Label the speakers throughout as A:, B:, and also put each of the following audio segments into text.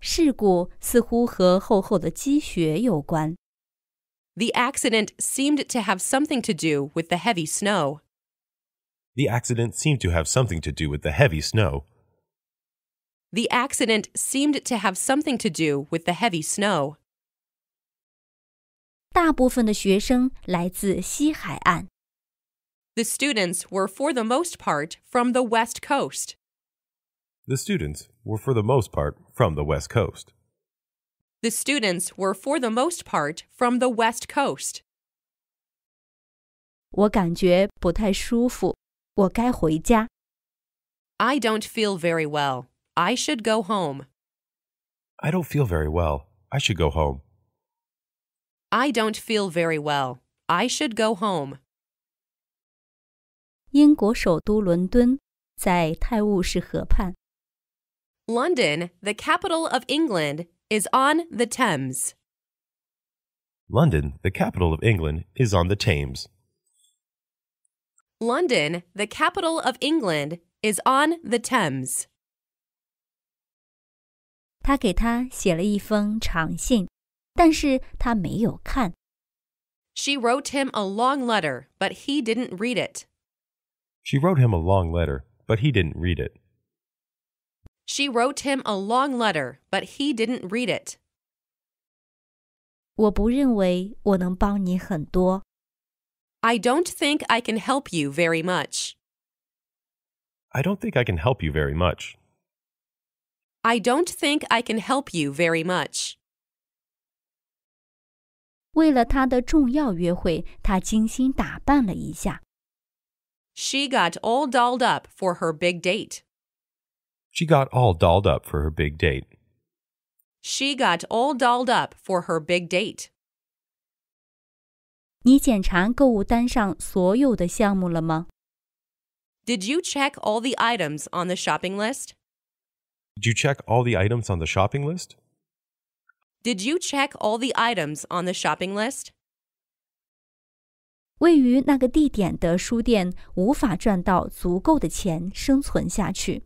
A: 事故似乎和厚厚的积雪有关。
B: The accident seemed to have something to do with the heavy snow.
C: The accident seemed to have something to do with the heavy snow.
B: The accident seemed to have something to do with the heavy snow.
A: 大部分的学生来自西海岸，
B: The students were, for the most part, from the West Coast.
C: The students were, for the most part, from the West Coast.
B: The students were, for the most part, from the West Coast.
A: 我感觉不太舒服，我该回家。
B: I don't feel very well. I should go home.
C: I don't feel very well. I should go home.
B: I don't feel very well. I should go home.
A: 英国首都伦敦在泰晤士河畔，
B: London, the capital of England, is on the Thames.
C: London, the capital of England, is on the Thames.
B: London, the capital of England, is on the Thames.
A: 他给他写了一封长信，但是他没有看。
B: She wrote him a long letter, but he didn't read it.
C: She wrote him a long letter, but he didn't read it.
B: She wrote him a long letter, but he didn't read it.
A: 我不认为我能帮你很多。
B: I don't think I can help you very much.
C: I don't think I can help you very much.
B: I don't think I can help you very much.
A: 为了他的重要约会，他精心打扮了一下。
B: She got all dolled up for her big date.
C: She got all dolled up for her big date.
B: She got all dolled up for her big date.
A: 你检查购物单上所有的项目了吗？
B: Did you check all the items on the shopping list?
C: Did you check all the items on the shopping list?
B: Did you check all the items on the shopping list?
A: 位于那个地点的书店无法赚到足够的钱生存下去。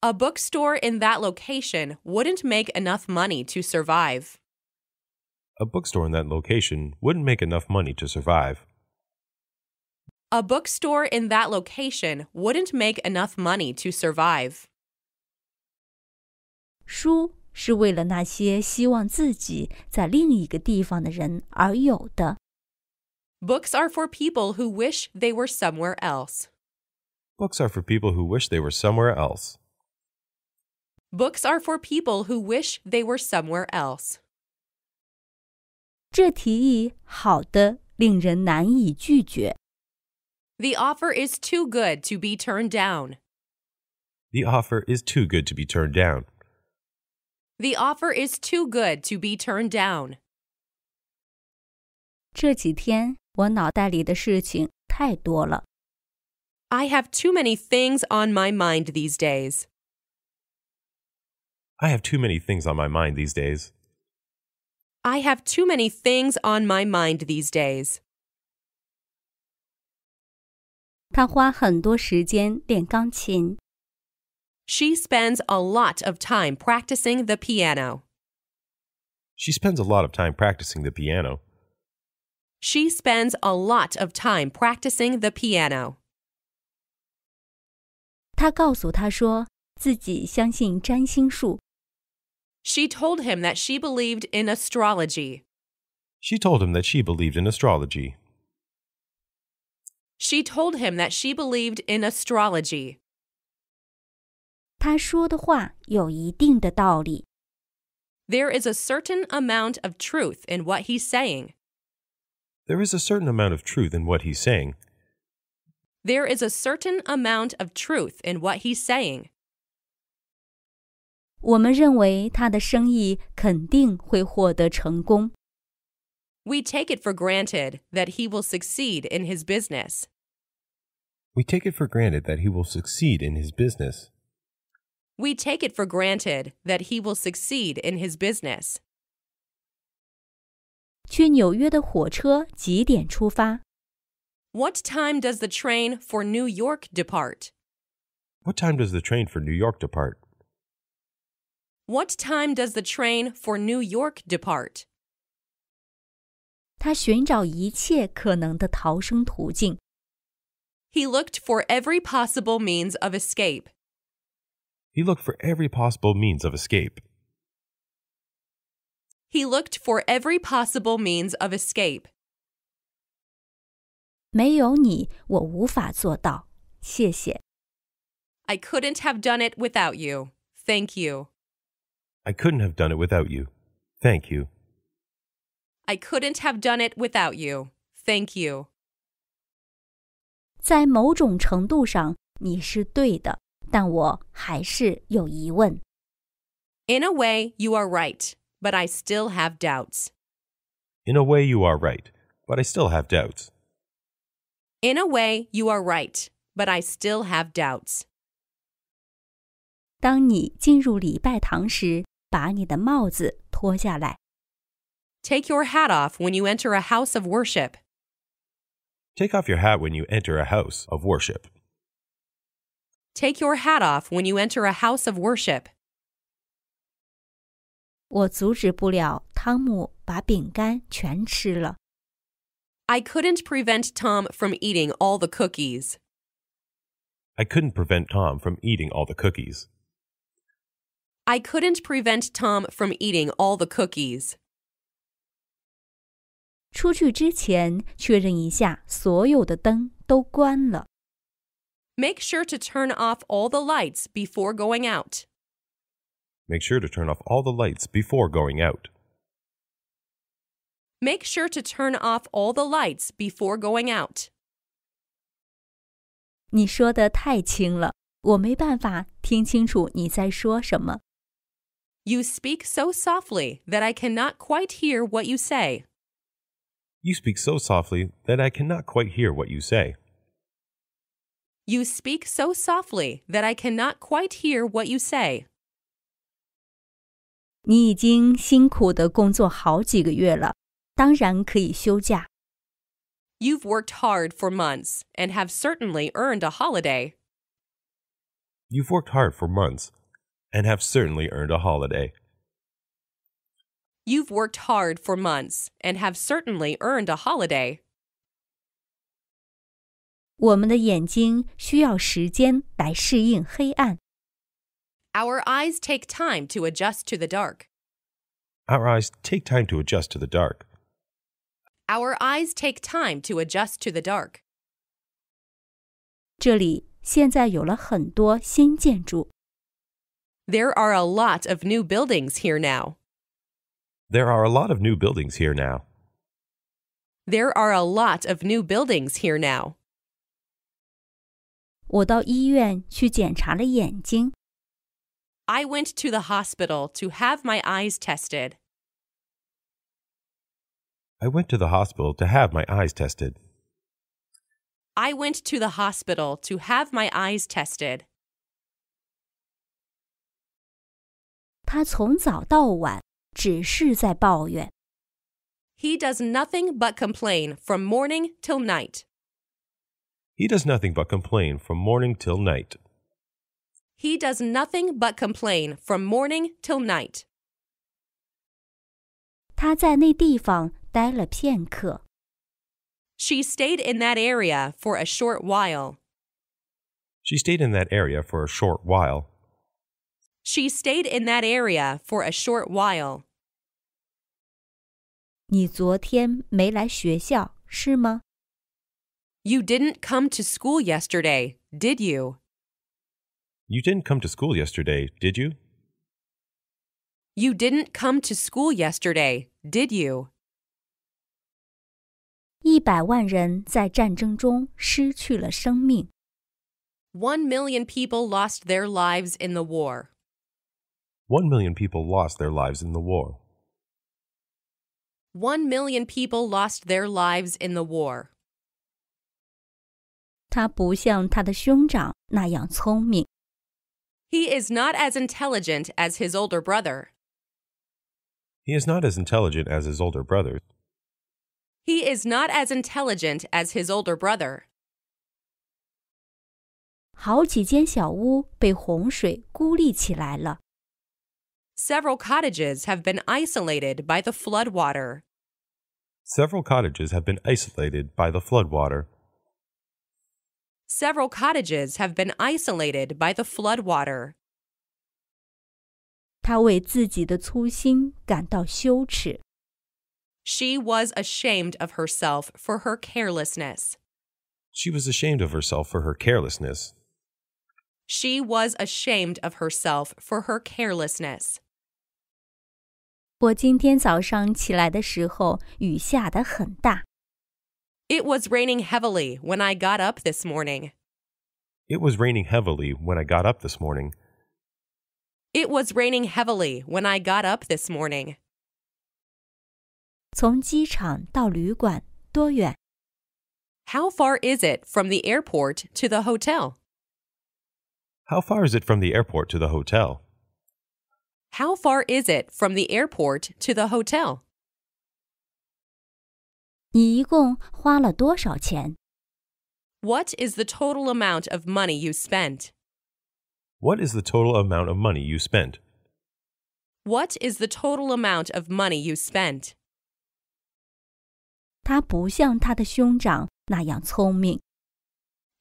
B: A bookstore in that location wouldn't make enough money to survive.
C: A bookstore in that location wouldn't make enough money to survive.
B: A bookstore in that location wouldn't make enough money to survive.
A: 书是为了那些希望自己在另一个地方的人而有的。
B: Books are for people who wish they were somewhere else.
C: Books are for people who wish they were somewhere else.
B: Books are for people who wish they were somewhere else.
A: 这提议好的令人难以拒绝。
B: The offer is too good to be turned down.
C: The offer is too good to be turned down.
B: The offer is too good to be turned down.
A: 这几天我脑袋里的事情太多了。
B: I have too many things on my mind these days.
C: I have too many things on my mind these days.
B: I have too many things on my mind these days.
A: 他花很多时间练钢琴，
B: She spends a lot of time practicing the piano.
C: She spends a lot of time practicing the piano.
B: She spends a lot of time practicing the piano.
A: 他告诉他说自己相信占星术，
B: She told him that she believed in astrology.
C: She told him that she believed in astrology.
B: She told him that she believed in astrology.
A: 他说的话有一定的道理。
B: There is a certain amount of truth in what he's saying.
C: There is a certain amount of truth in what he's saying.
B: There is a certain amount of truth in what he's saying.
A: 我们认为他的生意肯定会获得成功。
B: We take it for granted that he will succeed in his business.
C: We take it for granted that he will succeed in his business.
B: We take it for granted that he will succeed in his business.
A: 去纽约的火车几点出发？
B: What time does the train for New York depart?
C: What time does the train for New York depart?
B: What time does the train for New York depart?
A: 他寻找一切可能的逃生途径。
B: He looked for every possible means of escape.
C: He looked for every possible means of escape.
B: He looked for every possible means of escape.
A: 没有你，我无法做到。谢谢。
B: I couldn't have done it without you. Thank you.
C: I couldn't have done it without you. Thank you.
B: I couldn't have done it without you. Thank you.
A: 在某种程度上，你是对的，但我还是有疑问。
B: In a way, you are right, but I still have doubts.
C: In a way, you are right, but I still have doubts.
B: In a way, you are right, but I still have doubts.
A: 当你进入礼拜堂时，把你的帽子脱下来。
B: Take your hat off when you enter a house of worship.
C: Take off your hat when you enter a house of worship.
B: Take your hat off when you enter a house of worship.
A: 我阻止不了汤姆把饼干全吃了。
B: I couldn't prevent Tom from eating all the cookies.
C: I couldn't prevent Tom from eating all the cookies.
B: I couldn't prevent Tom from eating all the cookies.
A: 出去之前确认一下所有的灯都关了。
B: Make sure to turn off all the lights before going out.
C: Make sure to turn off all the lights before going out.
B: Make sure to turn off all the lights before going out.
A: 你说的太轻了，我没办法听清楚你在说什么。
B: You speak so softly that I cannot quite hear what you say.
C: You speak so softly that I cannot quite hear what you say.
B: You speak so softly that I cannot quite hear what you say.
A: 你已经辛苦的工作好几个月了，当然可以休假。
B: You've worked hard for months and have certainly earned a holiday.
C: You've worked hard for months and have certainly earned a holiday.
B: You've worked hard for months and have certainly earned a holiday.
A: 我们的眼睛需要时间来适应黑暗。
B: Our eyes take time to adjust to the dark.
C: Our eyes take time to adjust to the dark.
B: Our eyes take time to adjust to the dark.
A: 这里现在有了很多新建筑，
B: There are a lot of new buildings here now.
C: There are a lot of new buildings here now.
B: There are a lot of new buildings here now.
A: 我到医院去检查了眼睛。
B: I went to the hospital to have my eyes tested.
C: I went to the hospital to have my eyes tested.
B: I went to the hospital to have my eyes tested.
A: 他从早到晚只是在抱怨。
B: He does nothing but complain from morning till night.
C: He does nothing but complain from morning till night.
B: He does nothing but complain from morning till night.
A: 他在那地方待了片刻，
B: She stayed in that area for a short while.
C: She stayed in that area for a short while.
B: She stayed in that area for a short while.
A: 你昨天没来学校是吗？
B: You didn't come to school yesterday, did you?
C: You didn't come to school yesterday, did you?
B: You didn't come to school yesterday, did you?
A: 一百万人在战争中失去了生命，
B: One million people lost their lives in the war.
C: One million people lost their lives in the war.
B: One million people lost their lives in the war.
A: 他不像他的兄长那样聪明，
B: He is not as intelligent as his older brother.
C: He is not as intelligent as his older brother.
B: He is not as intelligent as his older brother.
A: 好几间小屋被洪水孤立起来了。
B: Several cottages have been isolated by the floodwater.
C: Several cottages have been isolated by the floodwater.
B: Several cottages have been isolated by the floodwater.
A: 他为自己的粗心感到羞耻，
B: She was ashamed of herself for her carelessness.
C: She was ashamed of herself for her carelessness.
B: She was ashamed of herself for her carelessness.
A: 我今天早上起来的时候，雨下得很大。
B: It was raining heavily when I got up this morning.
C: It was raining heavily when I got up this morning.
B: It was raining heavily when I got up this morning.
A: 从机场到旅馆多远？
B: How far is it from the airport to the hotel?
C: How far is it from the airport to the hotel?
B: How far is it from the airport to the hotel?
A: 你一共花了多少钱？
B: What is the total amount of money you spent?
C: What is the total amount of money you spent?
B: What is the total amount of money you spent?
A: 他不像他的兄长那样聪明，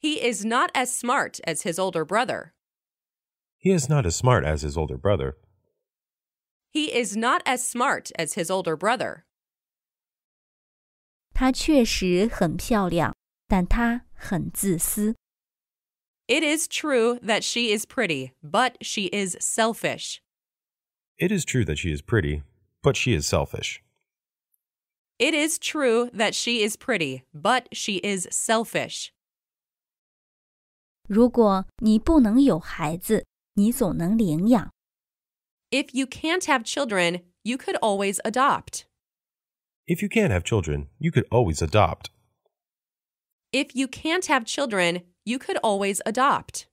B: He is not as smart as his older brother.
C: He is not as smart as his older brother.
B: He is not as smart as his older brother.
A: 她确实很漂亮，但她很自私。
B: It is true that she is pretty, but she is selfish.
C: It is true that she is pretty, but she is selfish.
B: It is true that she is pretty, but she is selfish.
A: 如果你不能有孩子，你总能领养；
B: If you can't have children, you could always adopt.
C: If you can't have children, you could always adopt.
B: If you can't have children, you could always adopt.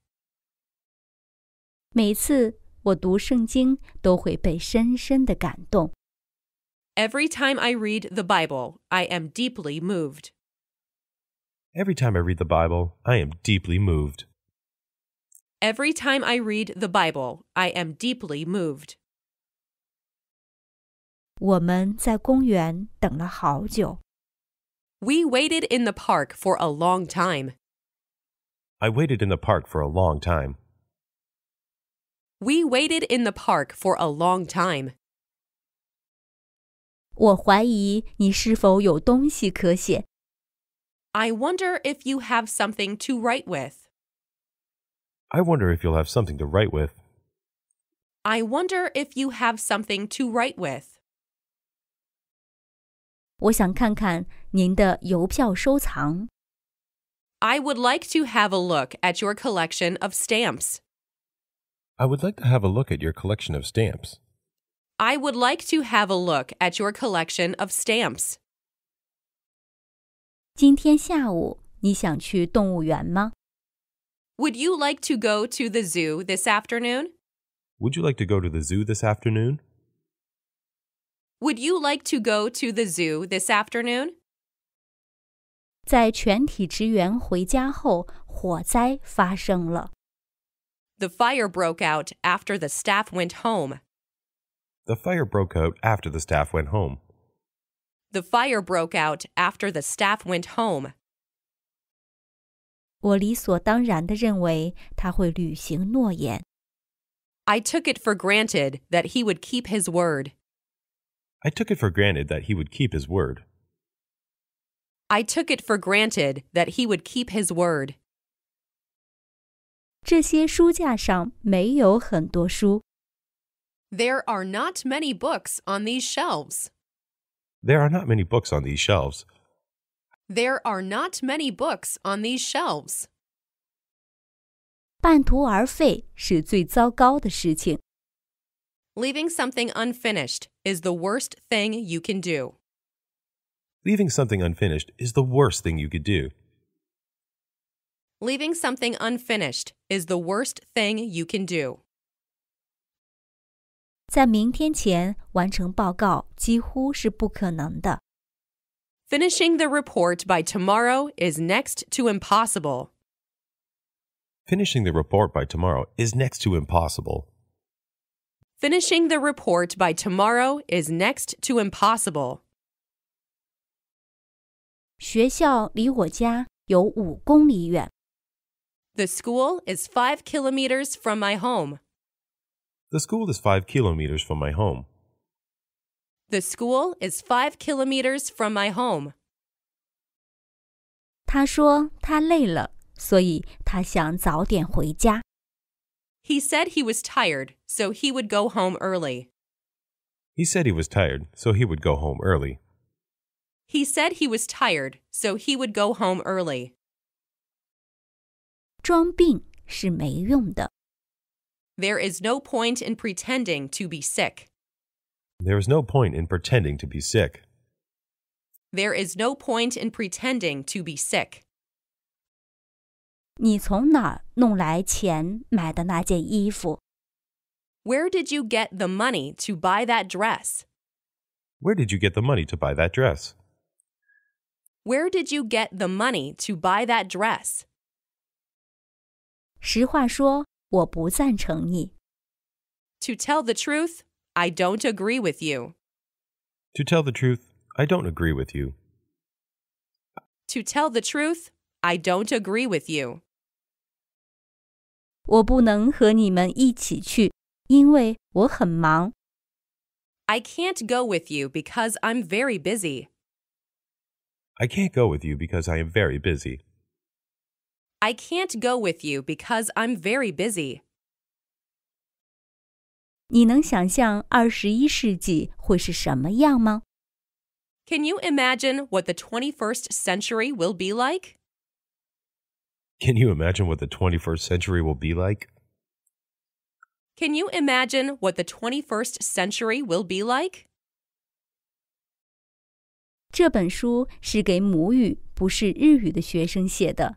A: 每次我读圣经，都会被深深的感动。
B: Every time I read the Bible, I am deeply moved.
C: Every time I read the Bible, I am deeply moved.
B: Every time I read the Bible, I am deeply moved.
A: 我们在公园等了好久，
B: We waited in the park for a long time.
C: I waited in the park for a long time.
B: We waited in the park for a long time.
A: 我怀疑你是否有东西可写。
B: I wonder if you have something to write with.
C: I wonder if you'll have something to write with.
B: I wonder if you have something to write with.
A: 我想看看您的邮票收藏。
B: I would like to have a look at your collection of stamps.
C: I would like to have a look at your collection of stamps.
B: I would like to have a look at your collection of stamps.
A: 今天下午你想去动物园吗？
B: Would you like to go to the zoo this afternoon?
C: Would you like to go to the zoo this afternoon?
B: Would you like to go to the zoo this afternoon?
A: 在全体职员回家后，火灾发生了。
B: The fire broke out after the staff went home.
C: The fire broke out after the staff went home.
B: The fire broke out after the staff went home.
A: 我理所当然地认为他会履行诺言。
B: I took it for granted that he would keep his word.
C: I took it for granted that he would keep his word.
B: I took it for granted that he would keep his word.
A: 这些书架上没有很多书，
B: There are not many books on these shelves.
C: There are not many books on these shelves.
B: There are not many books on these shelves.
A: 半途而废是最糟糕的事情。
B: Leaving something unfinished is the worst thing you can do.
C: Leaving something unfinished is the worst thing you could do.
B: Leaving something unfinished is the worst thing you can do.
A: 在明天前完成报告几乎是不可能的。
B: Finishing the report by tomorrow is next to impossible.
C: Finishing the report by tomorrow is next to impossible.
B: Finishing the report by tomorrow is next to impossible.
A: 学校离我家有五公里远。
B: The school is five kilometers from my home.
C: The school is five kilometers from my home.
B: The school is five kilometers from my home.
A: 他说他累了，所以他想早点回家。
B: He said he was tired, so he would go home early.
C: He said he was tired, so he would go home early.
B: He said he was tired, so he would go home early.
A: 装病是没用的。
B: There is no point in pretending to be sick.
C: There is no point in pretending to be sick.
B: There is no point in pretending to be sick.
A: 你从哪儿弄来钱买的那件衣服？
B: Where did you get the money to buy that dress?
C: Where did you get the money to buy that dress?
B: Where did you get the money to buy that dress?
A: 实话说，我不赞成你。
B: To tell the truth, I don't agree with you.
C: To tell the truth, I don't agree with you.
B: To tell the truth, I don't agree with you.
A: 我不能和你们一起去，因为我很忙。
B: I can't go with you because I'm very busy.
C: I can't go with you because I am very busy.
B: I can't go with you because I'm very busy.
A: 你能想象二十一世纪会是什么样吗？
B: Can you imagine what the 21st century will be like?
C: Can you imagine what the 21st century will be like?
B: Can you imagine what the 21st century will be like?
A: 这本书是给母语不是日语的学生写的。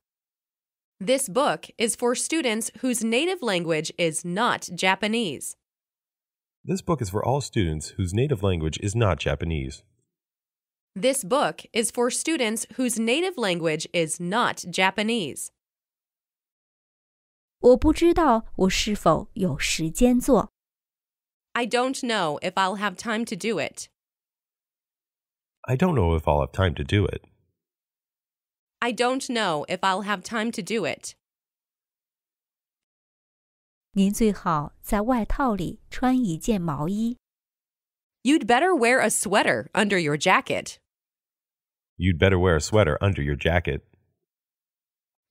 B: This book is for students whose native language is not Japanese.
C: This book is for all students whose native language is not Japanese.
B: This book is for students whose native language is not Japanese.
A: 我不知道我是否有时间做。
B: I don't know if I'll have time to do it.
C: I don't know if I'll have time to do it.
B: I don't know if I'll have time to do it.
A: 您最好在外套里穿一件毛衣。
B: You'd better wear a sweater under your jacket.
C: You'd better wear a sweater under your jacket.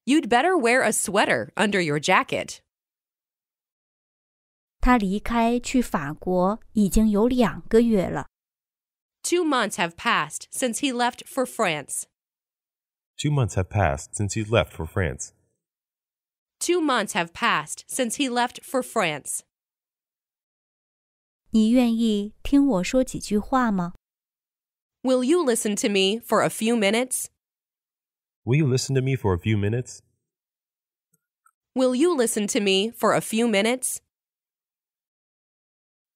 B: You'd better wear a sweater under your jacket.
A: 他离开去法国已经有两个月了。
B: Two months have passed since he left for France.
C: Two months have passed since he left for France.
B: Two months have passed since he left for France.
A: 你愿意听我说几句话吗？
B: Will you listen to me for a few minutes?
C: Will you listen to me for a few minutes?
B: Will you listen to me for a few minutes?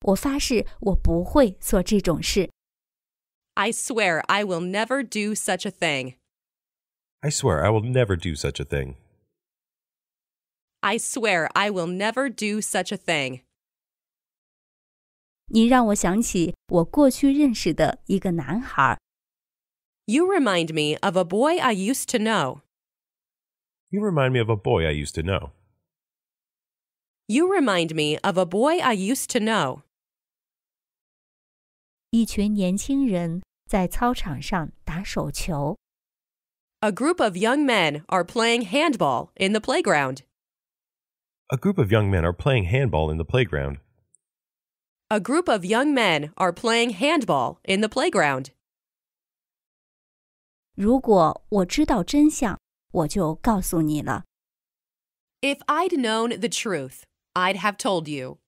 A: 我发誓我不会做这种事。
B: I swear I will never do such a thing.
C: I swear I will never do such a thing.
B: I swear I will never do such a thing.
A: 你让我想起我过去认识的一个男孩儿，
B: You remind me of a boy I used to know.
C: You remind me of a boy I used to know.
B: You remind me of a boy I used to know.
A: 一群年轻人在操场上打手球。
B: A group of young men are playing handball in the playground.
C: A group of young men are playing handball in the playground.
B: A group of young men are playing handball in the playground.
A: 如果我知道真相，我就告诉你了。
B: If I'd known the truth, I'd have told you.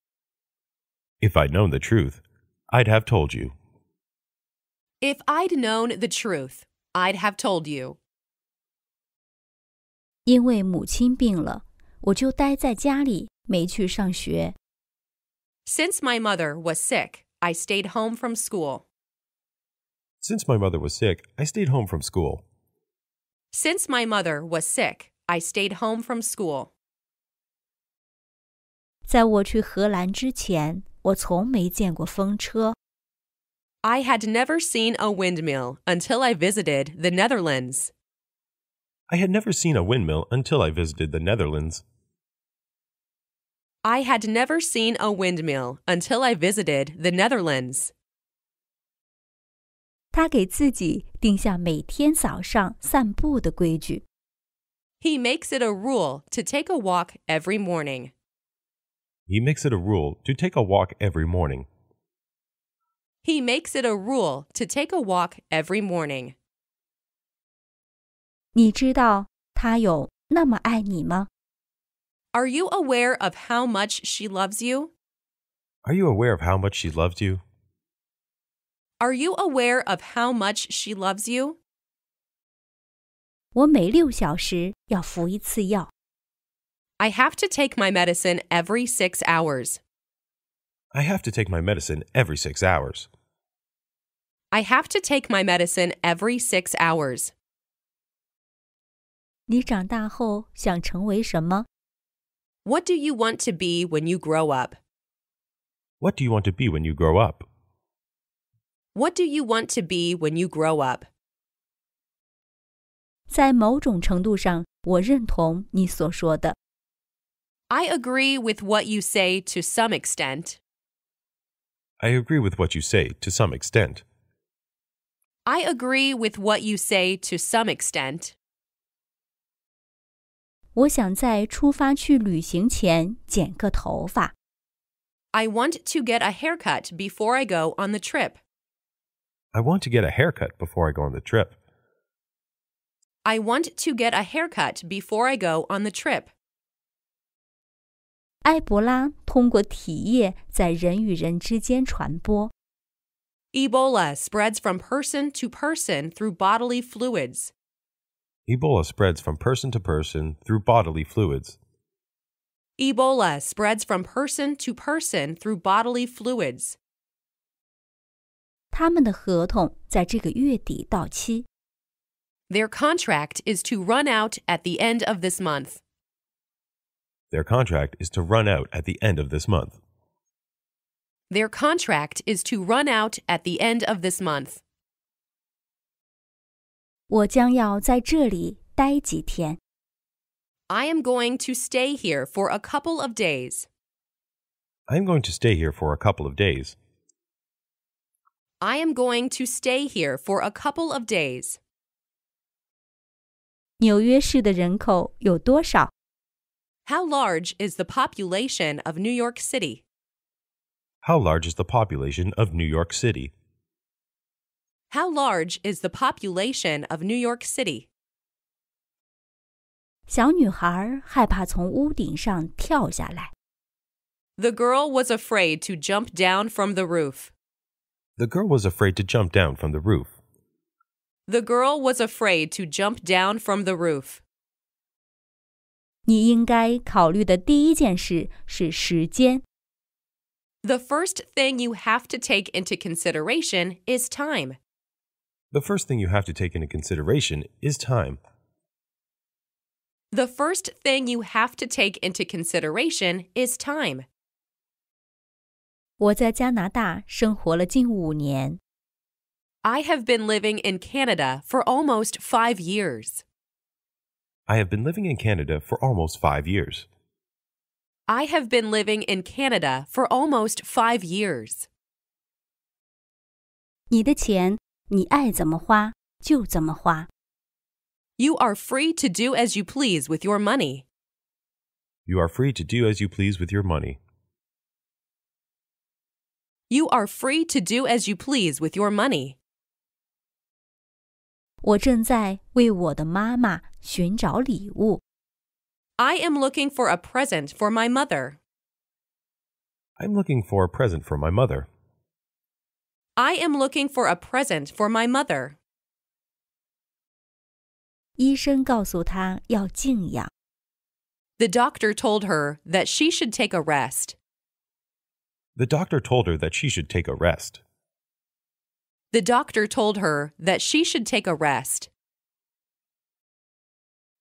C: If I'd known the truth, I'd have told you.
B: If I'd known the truth, I'd have told you.
A: 因为母亲病了，我就待在家里，没去上学。
B: Since my mother was sick, I stayed home from school.
C: Since my mother was sick, I stayed home from school.
B: Since my mother was sick, I stayed home from school.
A: 在我去荷兰之前，我从没见过风车。
B: I had never seen a windmill until I visited the Netherlands.
C: I had never seen a windmill until I visited the Netherlands.
B: I had never seen a windmill until I visited the Netherlands.
A: 他给自己定下每天早上散步的规矩。
B: He makes it a rule to take a walk every morning.
C: He makes it a rule to take a walk every morning.
B: He makes it a rule to take a walk every morning.
A: 你知道他有那么爱你吗？
B: Are you aware of how much she loves you?
C: Are you aware of how much she loved you?
B: Are you aware of how much she loves you?
A: 我每六小时要服一次药。
B: I have to take my medicine every six hours.
C: I have to take my medicine every six hours.
B: I have to take my medicine every six hours.
A: 你长大后想成为什么？
B: What do you want to be when you grow up?
C: What do you want to be when you grow up?
B: What do you want to be when you grow up?
A: 在某种程度上，我认同你所说的。
B: I agree with what you say to some extent.
C: I agree with what you say to some extent.
B: I agree with what you say to some extent.
A: 我想在出发去旅行前剪个头发。
B: I want to get a haircut before I go on the trip.
C: I want to get a haircut before I go on the trip.
B: I want to get a haircut before I go on the trip.
A: 埃博拉通过体液在人与人之间传播。
B: Ebola spreads from person to person through bodily fluids.
C: Ebola spreads from person to person through bodily fluids.
B: Ebola spreads from person to person through bodily fluids.
A: 他们的合同在这个月底到期。
B: Their contract is to run out at the end of this month.
C: Their contract is to run out at the end of this month.
B: Their contract is to run out at the end of this month.
A: 我将要在这里待几天。
B: I am going to stay here for a couple of days.
C: I am going to stay here for a couple of days.
B: I am going to stay here for a couple of days.
A: 纽约市的人口有多少？
B: How large is the population of New York City?
C: How large is the population of New York City?
B: How large is the population of New York City?
A: 小女孩害怕从屋顶上跳下来。
B: The girl was afraid to jump down from the roof.
C: The girl was afraid to jump down from the roof.
B: The girl was afraid to jump down from the roof.
A: 你应该考虑的第一件事是时间。
B: The first thing you have to take into consideration is time.
C: The first thing you have to take into consideration is time.
B: The first thing you have to take into consideration is time.
A: 我在加拿大生活了近五年，
B: I have been living in Canada for almost five years.
C: I have been living in Canada for almost five years.
B: I have been living in Canada for almost five years.
A: 你的钱你爱怎么花就怎么花。
B: You are free to do as you please with your money.
C: You are free to do as you please with your money.
B: You are free to do as you please with your money.
A: 我正在为我的妈妈寻找礼物。
B: I am looking for a present for my mother.
C: I'm looking for a present for my mother.
B: I am looking for a present for my mother.
A: 医生告诉她要静养。
B: The doctor told her that she should take a rest.
C: The doctor told her that she should take a rest.
B: The doctor told her that she should take a rest.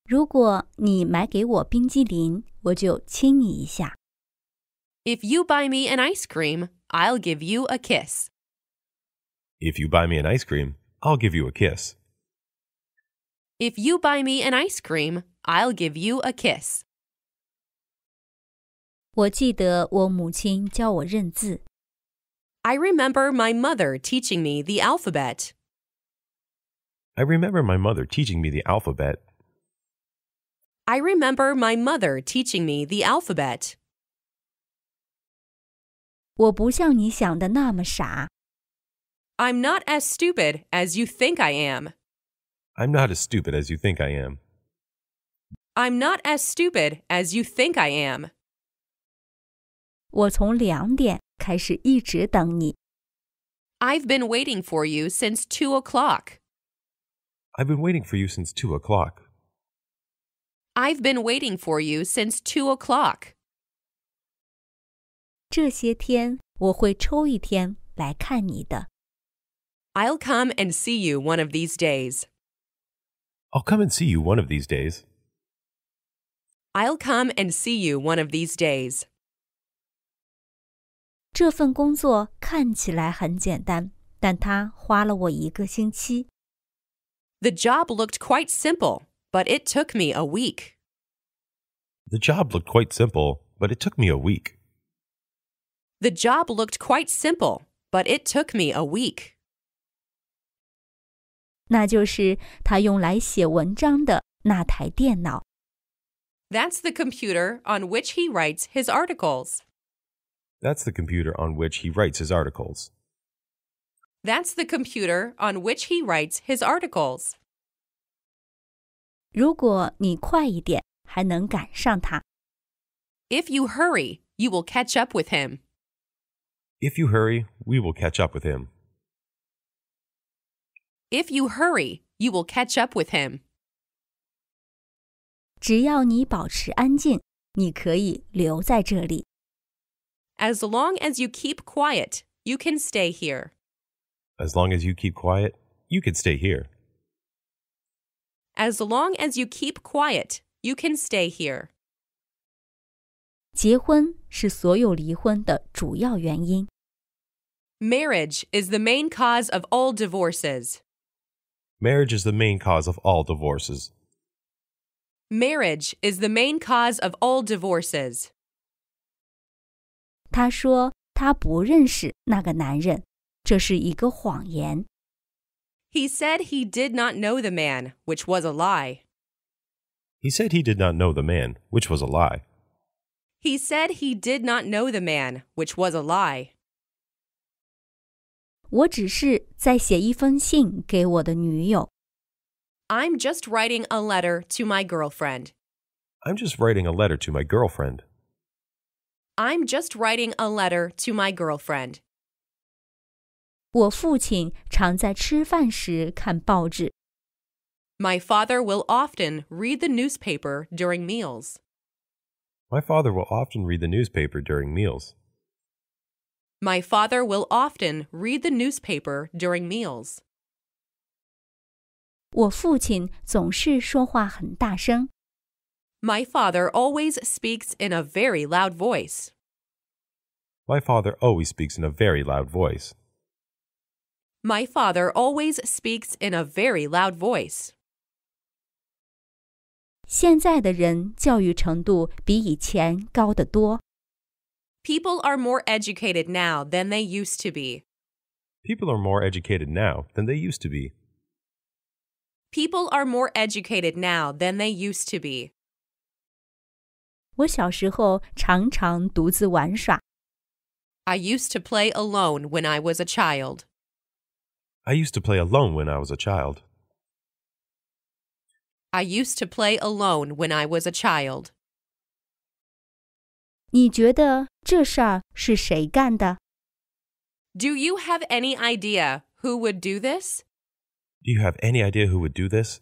A: 如果你买给我冰激凌，我就亲你一下。
B: If you buy me an ice cream, I'll give you a kiss.
C: If you buy me an ice cream, I'll give you a kiss.
B: If you buy me an ice cream, I'll give you a kiss.
A: 我记得我母亲教我认字，
B: I remember my mother teaching me the alphabet.
C: I remember my mother teaching me the alphabet.
B: I remember my mother teaching me the alphabet.
A: 我不像你想的那么傻，
B: I'm not as stupid as you think I am.
C: I'm not as stupid as you think I am.
B: I'm not as stupid as you think I am.
A: 我从两点开始一直等你，
B: I've been waiting for you since 2 o'clock.
C: I've been waiting for you since 2 o'clock.
B: I've been waiting for you since 2 o'clock.
A: 这些天我会抽一天来看你的。
B: I'll come and see you one of these days.
C: I'll come and see you one of these days.
B: I'll come and see you one of these days.
A: 这份工作看起来很简单，但它花了我一个星期。
B: The job looked quite simple, but it took me a week.
C: The job looked quite simple, but it took me a week.
B: The job looked quite simple, but it took me a week.
A: 那就是他用来写文章的那台电脑。
B: That's the computer on which he writes his articles.
C: That's the computer on which he writes his articles.
B: That's the computer on which he writes his articles.
A: 如果你快一点，还能赶上他。
B: If you hurry, you will catch up with him.
C: If you hurry, we will catch up with him.
B: If you hurry, you will catch up with him.
A: 只要你保持安静，你可以留在这里。
B: As long as you keep quiet, you can stay here.
C: As long as you keep quiet, you can stay here.
B: As long as you keep quiet, you can stay here.
A: 结婚是所有离婚的主要原因。
B: Marriage is the main cause of all divorces.
C: Marriage is the main cause of all divorces.
B: Marriage is the main cause of all divorces.
A: 他说他不认识那个男人，这是一个谎言。
B: He said he did not know the man, which was a lie.
C: He said he did not know the man, which was a lie.
B: He said he did not know the man, which was a lie.
A: 我只是在写一封信给我的女友。
B: I'm just writing a letter to my girlfriend.
C: I'm just writing a letter to my girlfriend.
B: I'm just writing a letter to my girlfriend.
A: 我父亲常在吃饭时看报纸。
B: My father will often read the newspaper during meals.
C: My father will often read the newspaper during meals.
B: My father will often read the newspaper during meals.
A: 我父亲总是说话很大声。
B: My father always speaks in a very loud voice.
C: My father always speaks in a very loud voice.
B: My father always speaks in a very loud voice.
A: 现在的人教育程度比以前高得多。
B: People are more educated now than they used to be.
C: People are more educated now than they used to be.
B: People are more educated now than they used to be.
A: 我小时候常常独自玩耍，
B: I used to play alone when I was a child.
C: I used to play alone when I was a child.
B: I used to play alone when I was a child.
A: 你觉得这事儿是谁干的？
B: Do you have any idea who would do this?
C: Do you have any idea who would do this?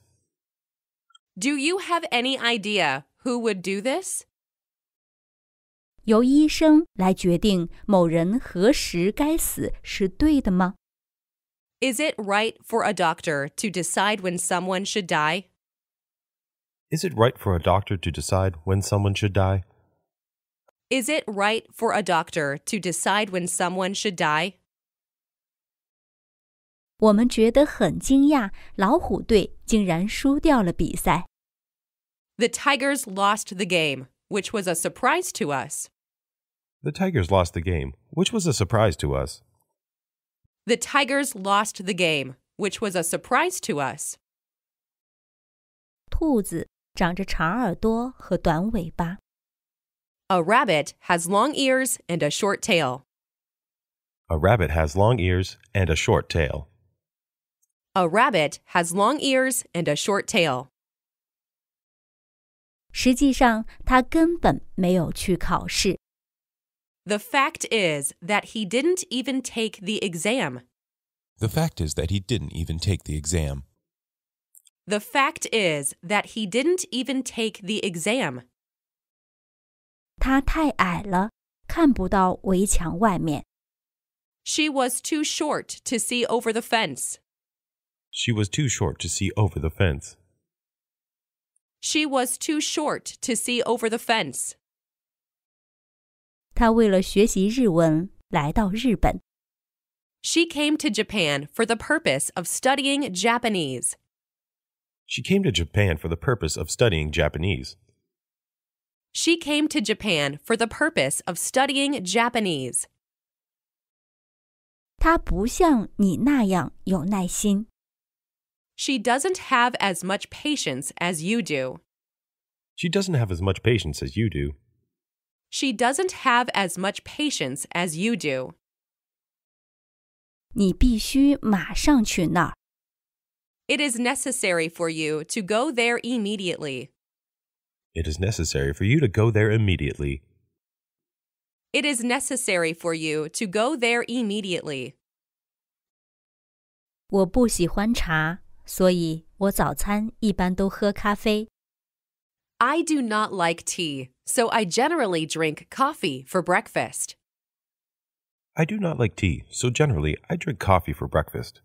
B: Do you have any idea who would do this?
A: 由医生来决定某人何时该死是对的吗？
B: Is it right for a doctor to decide when someone should die?
C: Is it right for a doctor to decide when someone should die?
B: Is it right for a doctor to decide when someone should die?
A: 我们觉得很惊讶，老虎队竟然输掉了比赛。
B: The Tigers lost the game, which was a surprise to us.
C: The Tigers lost the game, which was a surprise to us.
B: The Tigers lost the game, which was a surprise to us.
A: 兔子长着长耳朵和短尾巴，
B: A rabbit has long ears and a short tail.
C: A rabbit has long ears and a short tail.
B: A rabbit has long ears and a short tail.
A: 实际上它根本没有去考试。
B: The fact is that he didn't even take the exam.
D: The fact is that he didn't even take the exam.
B: The fact is that he didn't even take the exam.
A: 它太矮了，看不到围墙外面。
B: She was too short to see over the fence.
C: She was too short to see over the fence.
B: She was too short to see over the fence.
A: 他为了学习日文来到日本，
B: She came to Japan for the purpose of studying Japanese.
C: She came to Japan for the purpose of studying Japanese.
B: She came to Japan for the purpose of studying Japanese.
A: 他不像你那样有耐心。
B: She doesn't have as much patience as you do.
C: She doesn't have as much patience as you do.
B: She doesn't have as much patience as you do.
A: 你必须马上去那儿。
B: It is necessary for you to go there immediately.
C: It is necessary for you to go there immediately.
B: It is necessary for you to go there immediately.
A: 我不喜欢茶，所以我早餐一般都喝咖啡。
B: I do not like tea, so I generally drink coffee for breakfast.
C: I do not like tea, so generally I drink coffee for breakfast.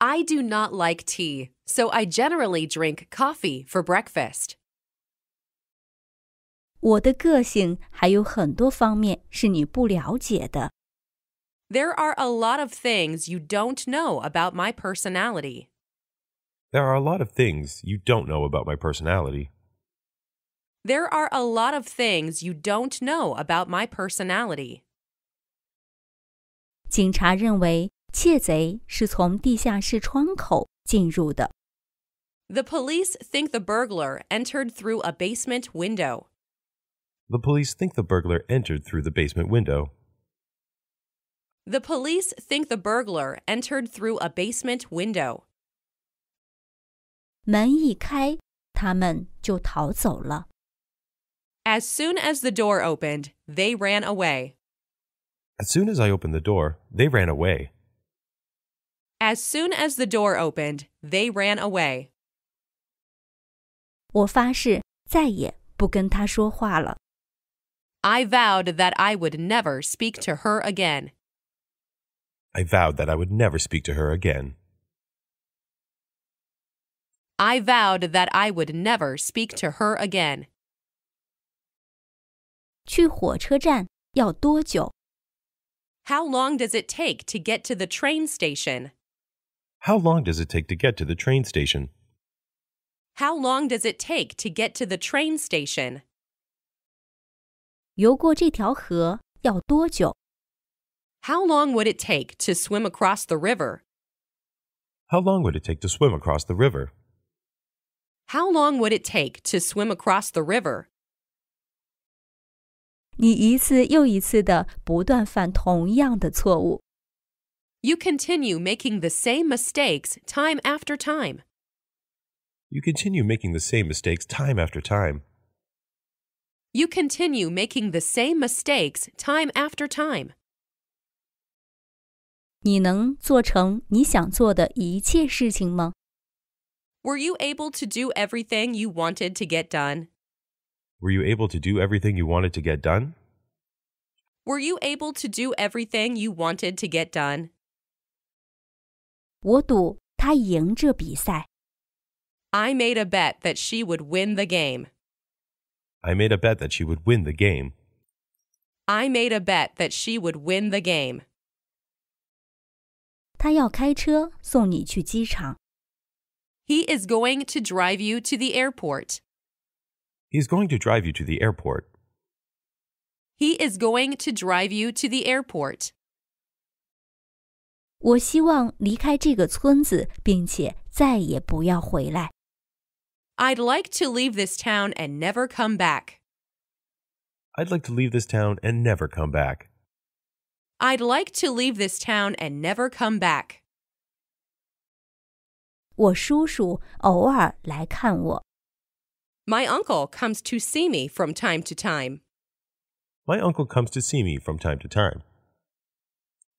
B: I do not like tea, so I generally drink coffee for breakfast.
A: 我的个性还有很多方面是你不了解的。
B: There are a lot of things you don't know about my personality.
C: There are a lot of things you don't know about my personality.
B: There are a lot of things you don't know about my personality.
A: 警察认为窃贼是从地下室窗口进入的。
B: The police think the burglar entered through a basement window.
C: The police think the burglar entered through the basement window.
B: The police think the burglar entered through a basement window.
A: 门一开，他们就逃走了。
B: As soon as the door opened, they ran away.
C: As soon as I opened the door, they ran away.
B: As soon as the door opened, they ran away.
A: 我发誓再也不跟他说话了。
B: I vowed that I would never speak to her again.
C: I vowed that I would never speak to her again.
B: I vowed that I would never speak to her again.
A: 去火车站要多久？
B: How long does it take to get to the train station?
C: How long does it take to get to the train station?
B: How long does it take to get to the train station?
A: 游过这条河要多久？
B: How long would it take to swim across the river?
C: How long would it take to swim across the river?
B: How long would it take to swim across the river?
A: 你一次又一次的不断犯同样的错误。
B: You continue making the same mistakes time after time.
C: You continue making the same mistakes time after time.
B: You continue making the same mistakes time after time.
A: 你能做成你想做的一切事情吗？
B: Were you able to do everything you wanted to get done?
C: Were you able to do everything you wanted to get done?
B: Were you able to do everything you wanted to get done?
A: 我赌他赢这比赛。
B: I made a bet that she would win the game.
C: I made a bet that she would win the game.
B: I made a bet that she would win the game.
A: 他要开车送你去机场。
B: He is going to drive you to the airport.
C: He's going to drive you to the airport.
B: He is going to drive you to the airport.
A: 我希望离开这个村子，并且再也不要回来。
B: I'd like to leave this town and never come back.
C: I'd like to leave this town and never come back.
B: I'd like to leave this town and never come back.
A: 我叔叔偶尔来看我，
B: My uncle comes to see me from time to time.
C: My uncle comes to see me from time to time.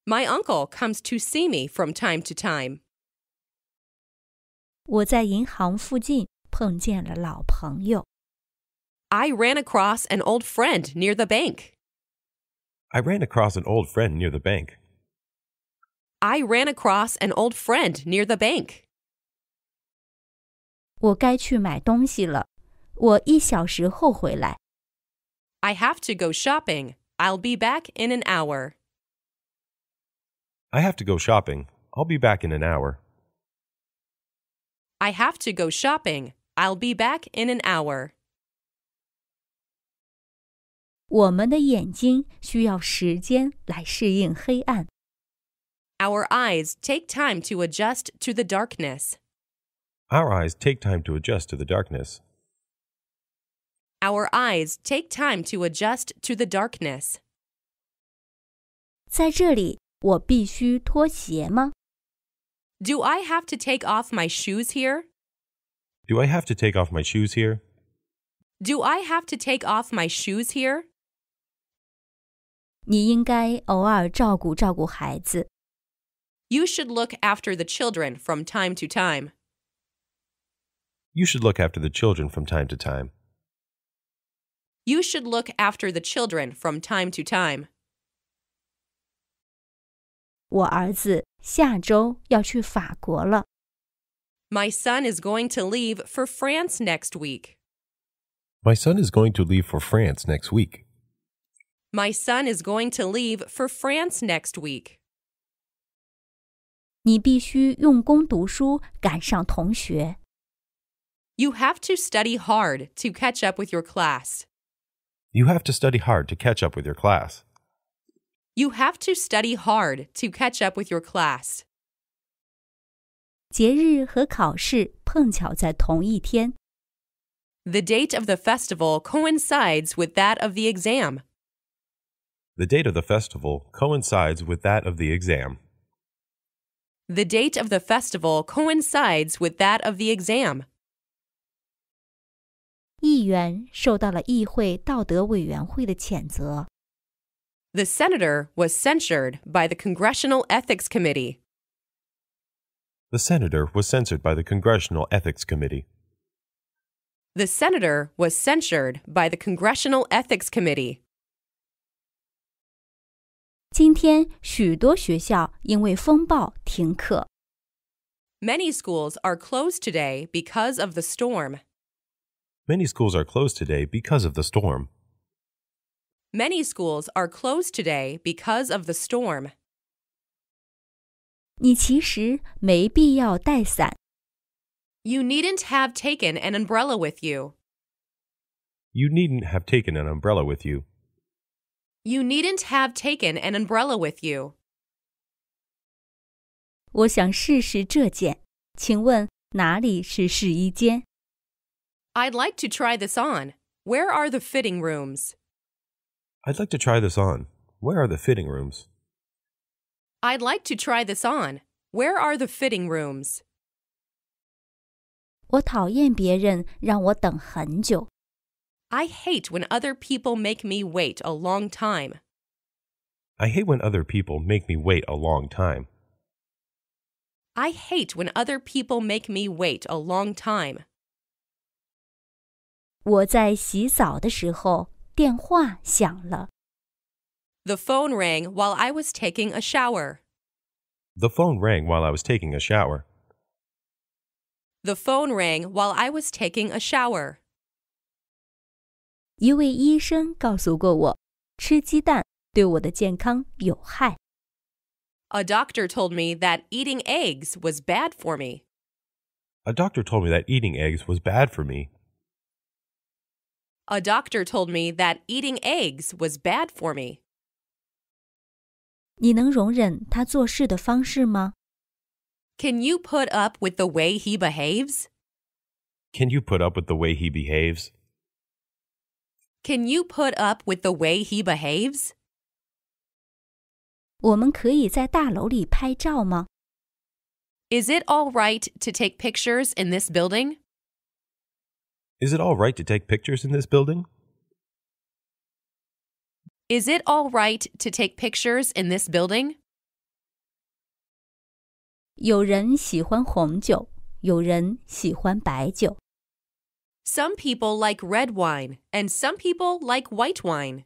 B: My uncle comes to see me from time to time.
A: 我在银行附近碰见了老朋友。
B: I ran across an old friend near the bank.
C: I ran across an old friend near the bank.
B: I ran across an old friend near the bank.
A: 我该去买东西了，我一小时后回来。
B: I have to go shopping. I'll be back in an hour.
C: I have to go shopping. I'll be back in an hour.
B: I have to go shopping. I'll be back in an hour.
A: 我们的眼睛需要时间来适应黑暗。
B: Our eyes take time to adjust to the darkness.
C: Our eyes take time to adjust to the darkness.
B: Our eyes take time to adjust to the darkness.
A: 在这里，我必须脱鞋吗？
B: Do I have to take off my shoes here?
C: Do I have to take off my shoes here?
B: Do I have to take off my shoes here?
A: 你应该偶尔照顾照顾孩子。
B: You should look after the children from time to time.
C: You should look after the children from time to time.
B: You should look after the children from time to time.
A: 我儿子下周要去法国了，
B: My son is going to leave for France next week.
C: My son is going to leave for France next week.
B: My son is going to leave for France next week.
A: 你必须用功读书，赶上同学。
B: You have to study hard to catch up with your class.
C: You have to study hard to catch up with your class.
B: You have to study hard to catch up with your class.
A: 节日和考试碰巧在同一天，
B: The date of the festival coincides with that of the exam.
C: The date of the festival coincides with that of the exam.
B: The date of the festival coincides with that of the exam.
A: 议员受到了议会道德委员会的谴责。
B: The senator was censured by the Congressional Ethics Committee.
C: The senator was censored by the Congressional Ethics Committee.
B: The senator was censured by the Congressional Ethics Committee.
A: 今天许多学校因为风暴停课。
B: Many schools are closed today because of the storm.
C: Many schools are closed today because of the storm.
B: Many schools are closed today because of the storm.
A: 你其实没必要带伞，
B: You needn't have taken an umbrella with you.
C: You needn't have taken an umbrella with you.
B: You needn't have taken an umbrella with you.
A: 我想试试这件。请问哪里是试衣间？
B: I'd like to try this on. Where are the fitting rooms?
C: I'd like to try this on. Where are the fitting rooms?
B: I'd like to try this on. Where are the fitting rooms?
A: 我讨厌别人让我等很久。
B: I hate when other people make me wait a long time.
C: I hate when other people make me wait a long time.
B: I hate when other people make me wait a long time.
A: 我在洗澡的时候，电话响了。
B: The phone rang while I was taking a shower.
C: The phone rang while I was taking a shower.
B: The phone rang while I was taking a shower.
A: 一位医生告诉过我，吃鸡蛋对我的健康有害。
B: A doctor told me that eating eggs was bad for me.
C: A doctor told me that eating eggs was bad for me.
B: A doctor told me that eating eggs was bad for me.
A: 你能容忍他做事的方式吗？
B: Can you put up with the way he behaves?
C: Can you put up with the way he behaves?
B: Can you put up with the way he behaves?
A: 我们可以在大楼里拍照吗？
B: Is it all right to take pictures in this building?
C: Is it all right to take pictures in this building?
B: Is it all right to take pictures in this building?
A: 有人喜欢红酒，有人喜欢白酒。
B: Some people like red wine, and some people like white wine.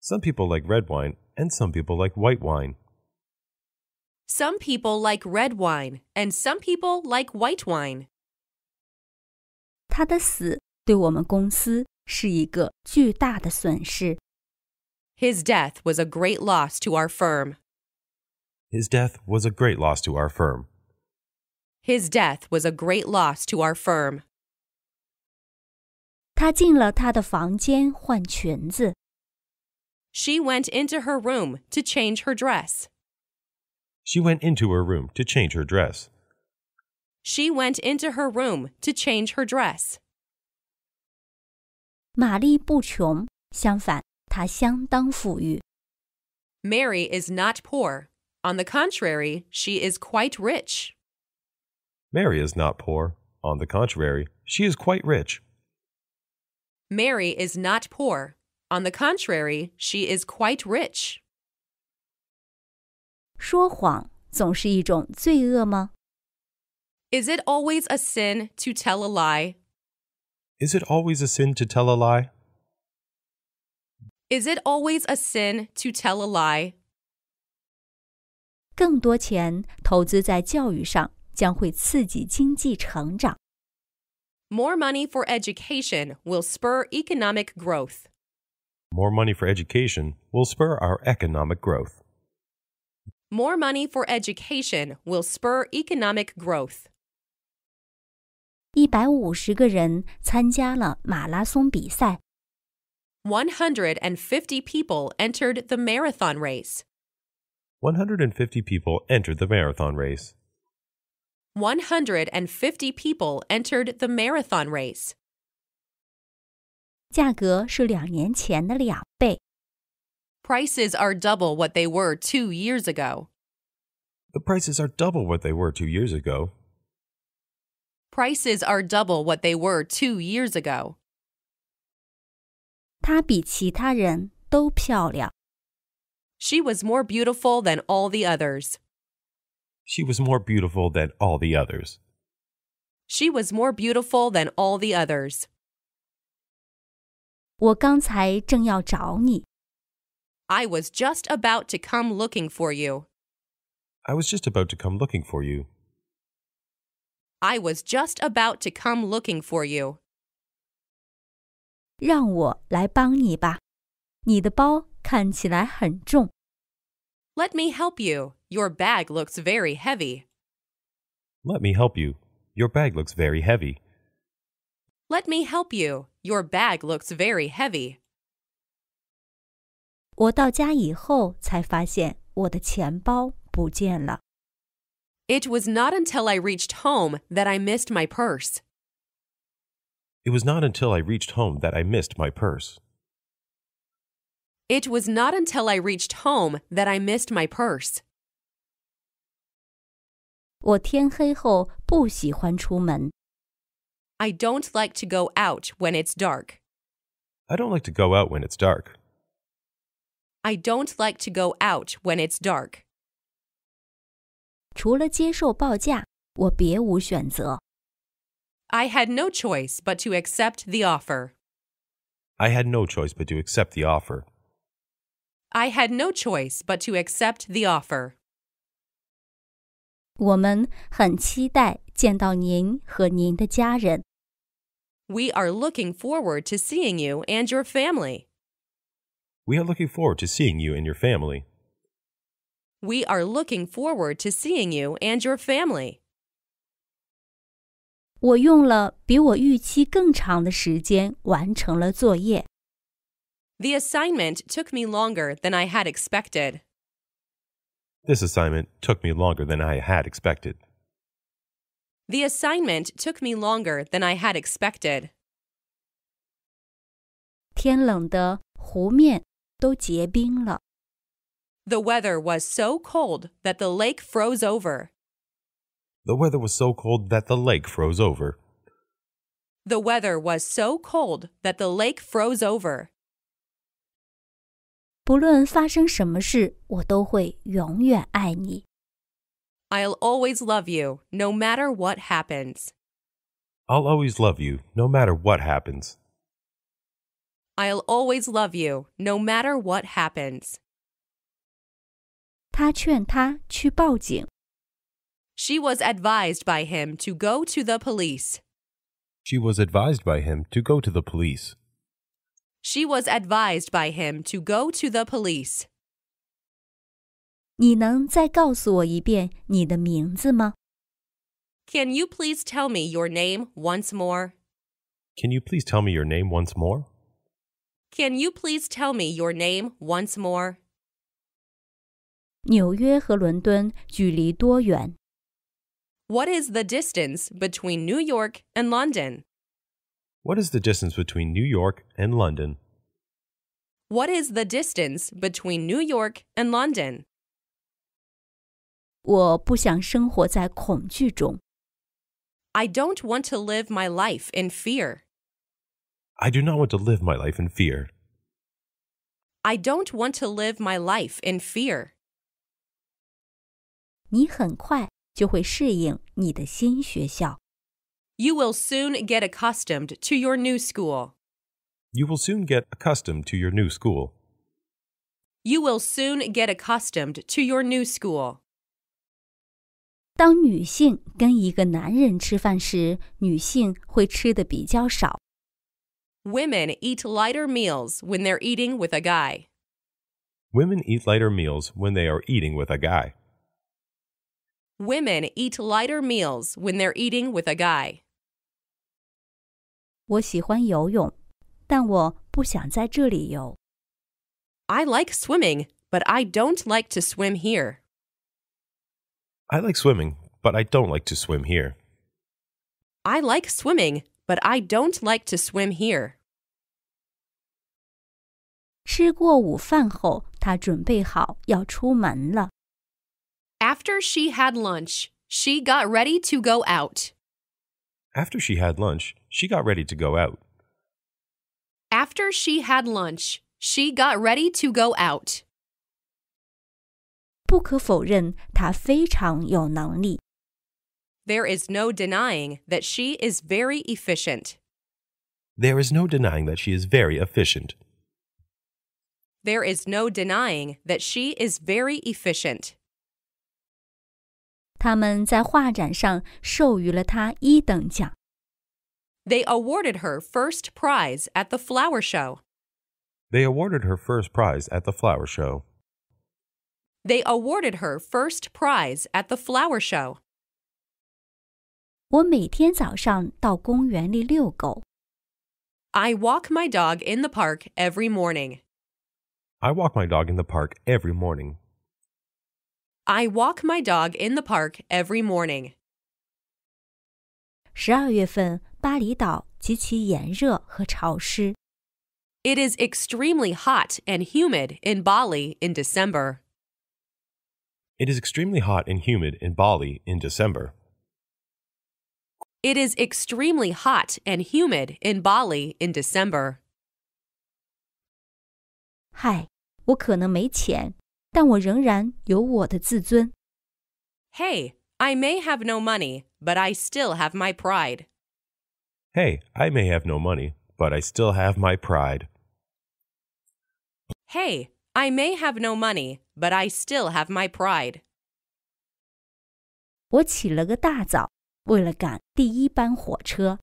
C: Some people like red wine, and some people like white wine.
B: Some people like red wine, and some people like white wine.
A: 他的死对我们公司是一个巨大的损失。
B: His death was a great loss to our firm.
C: His death was a great loss to our firm.
B: His death was a great loss to our firm.
A: 他进了他的房间换裙子，
B: She went into her room to change her dress.
C: She went into her room to change her dress.
B: She went into her room to change her dress.
A: 玛丽不穷，相反，她相当富裕。
B: Mary is not poor. On the contrary, she is quite rich.
C: Mary is not poor. On the contrary, she is quite rich.
B: Mary is not poor. On the contrary, she is quite rich.
A: 说谎总是一种罪恶吗？
B: Is it always a sin to tell a lie?
C: Is it always a sin to tell a lie?
B: Is it always a sin to tell a lie?
A: 更多钱投资在教育上将会刺激经济成长。
B: More money for education will spur economic growth.
C: More money for education will spur our economic growth.
B: More money for education will spur economic growth.
A: 一百五十个人参加了马拉松比赛，
B: 150 people entered the marathon race.
C: 150 people entered the marathon race.
B: 150 people entered the marathon race.
A: 价格是两年前的两倍。
B: Prices are double what they were two years ago.
C: The prices are double what they were two years ago.
B: Prices are double what they were two years ago.
A: 她比其他人都漂亮。
B: She was more beautiful than all the others.
C: She was more beautiful than all the others.
B: She was more beautiful than all the others.
A: 我刚才正要找你，
B: I was just about to come looking for you.
C: I was just about to come looking for you.
B: I was just about to come looking for you.
A: 让我来帮你吧。你的包看起来很重，
B: Let me help you. Your bag looks very heavy.
C: Let me help you. Your bag looks very heavy.
B: Let me help you. Your bag looks very heavy.
A: 我到家以后才发现我的钱包不见了。
B: It was not until I reached home that I missed my purse.
C: It was not until I reached home that I missed my purse.
B: It was not until I reached home that I missed my purse.
A: 我天黑后不喜欢出门，
B: I don't like to go out when it's dark.
C: I don't like to go out when it's dark.
B: I don't like to go out when it's dark.
A: 除了接受报价，我别无选择。
B: I had no choice but to accept the offer.
C: I had no choice but to accept the offer.
B: I had no choice but to accept the offer.
A: 我们很期待见到您和您的家人。
B: We are looking forward to seeing you and your family.
C: We are looking forward to seeing you and your family.
B: We are looking forward to seeing you and your family.
A: 我用了比我预期更长的时间完成了作业。
B: The assignment took me longer than I had expected.
C: This assignment took me longer than I had expected.
B: The assignment took me longer than I had expected.
A: 天冷的湖面都结冰了。
B: The weather was so cold that the lake froze over.
C: The weather was so cold that the lake froze over.
B: The weather was so cold that the lake froze over.
A: 不论发生什么事，我都会永远爱你。
B: I'll always love you, no matter what happens.
C: I'll always love you, no matter what happens.
B: I'll always love you, no matter what happens.
A: 他劝他去报警。
B: She was advised by him to go to the police.
C: She was advised by him to go to the police.
B: She was advised by him to go to the police.
A: 你能再告诉我一遍你的名字吗？
B: Can you please tell me your name once more?
C: Can you please tell me your name once more?
B: Can you please tell me your name once more?
A: 纽约和伦敦距离多远？
B: What is the distance between New York and London?
C: What is the distance between New York and London?
B: What is the distance between New York and London?
A: 我不想生活在恐惧中。
B: I don't want to live my life in fear.
C: I do not want to live my life in fear.
B: I don't want to live my life in fear.
A: 你很快就会适应你的新学校。
B: You will soon get accustomed to your new school.
C: You will soon get accustomed to your new school.
B: You will soon get accustomed to your new school.
A: 当女性跟一个男人吃饭时，女性会吃的比较少。
B: Women eat lighter meals when they're eating with a guy.
C: Women eat lighter meals when they are eating with a guy.
B: Women eat lighter meals when they're eating with a guy.
A: 我喜欢游泳，但我不想在这里游。
B: I like swimming, but I don't like to swim here.
C: I like swimming, but I don't like to swim here.
B: I like swimming, but I don't like to swim here.
A: 吃过午饭后，她准备好要出门了。
B: After she had lunch, she got ready to go out.
C: After she had lunch, she got ready to go out.
B: After she had lunch, she got ready to go out.
A: 不可否认，她非常有能力。
B: There is no denying that she is very efficient.
C: There is no denying that she is very efficient.
B: There is no denying that she is very efficient.
A: 他们在画展上授予了她一等奖。
B: They awarded her first prize at the flower show.
C: They awarded her first prize at the flower show.
B: They awarded her first prize at the flower show.
A: 我每天早上到公园里遛狗，
B: I walk my dog in the park every morning.
C: I walk my dog in the park every morning.
B: I walk my dog in the park every morning.
A: 十二月份，巴厘岛极其炎热和潮湿。
B: It is extremely hot and humid in Bali in December.
C: It is extremely hot and humid in Bali in December.
B: It is extremely hot and humid in Bali in December.
A: 嗨，我可能没钱，但我仍然有我的自尊。
B: Hey, I may have no money, but I still have my pride.
C: Hey, I may have no money, but I still have my pride.
B: Hey, I may have no money, but I still have my pride.
A: 我起了个大早，为了赶第一班火车。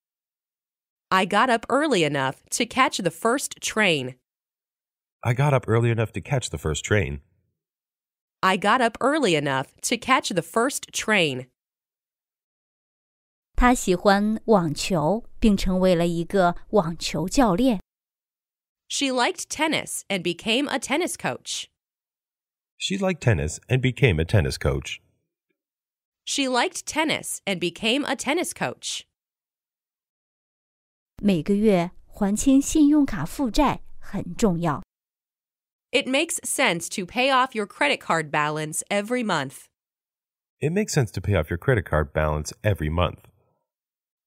B: I got up early enough to catch the first train.
C: I got up early enough to catch the first train.
B: I got up early enough to catch the first train.
A: 他喜欢网球，并成为了一个网球教练。
B: She liked tennis and became a tennis coach.
C: She liked tennis and became a tennis coach.
B: She liked tennis and became a tennis coach.
A: 每个月还清信用卡负债很重要。
B: It makes sense to pay off your credit card balance every month.
C: It makes sense to pay off your credit card balance every month.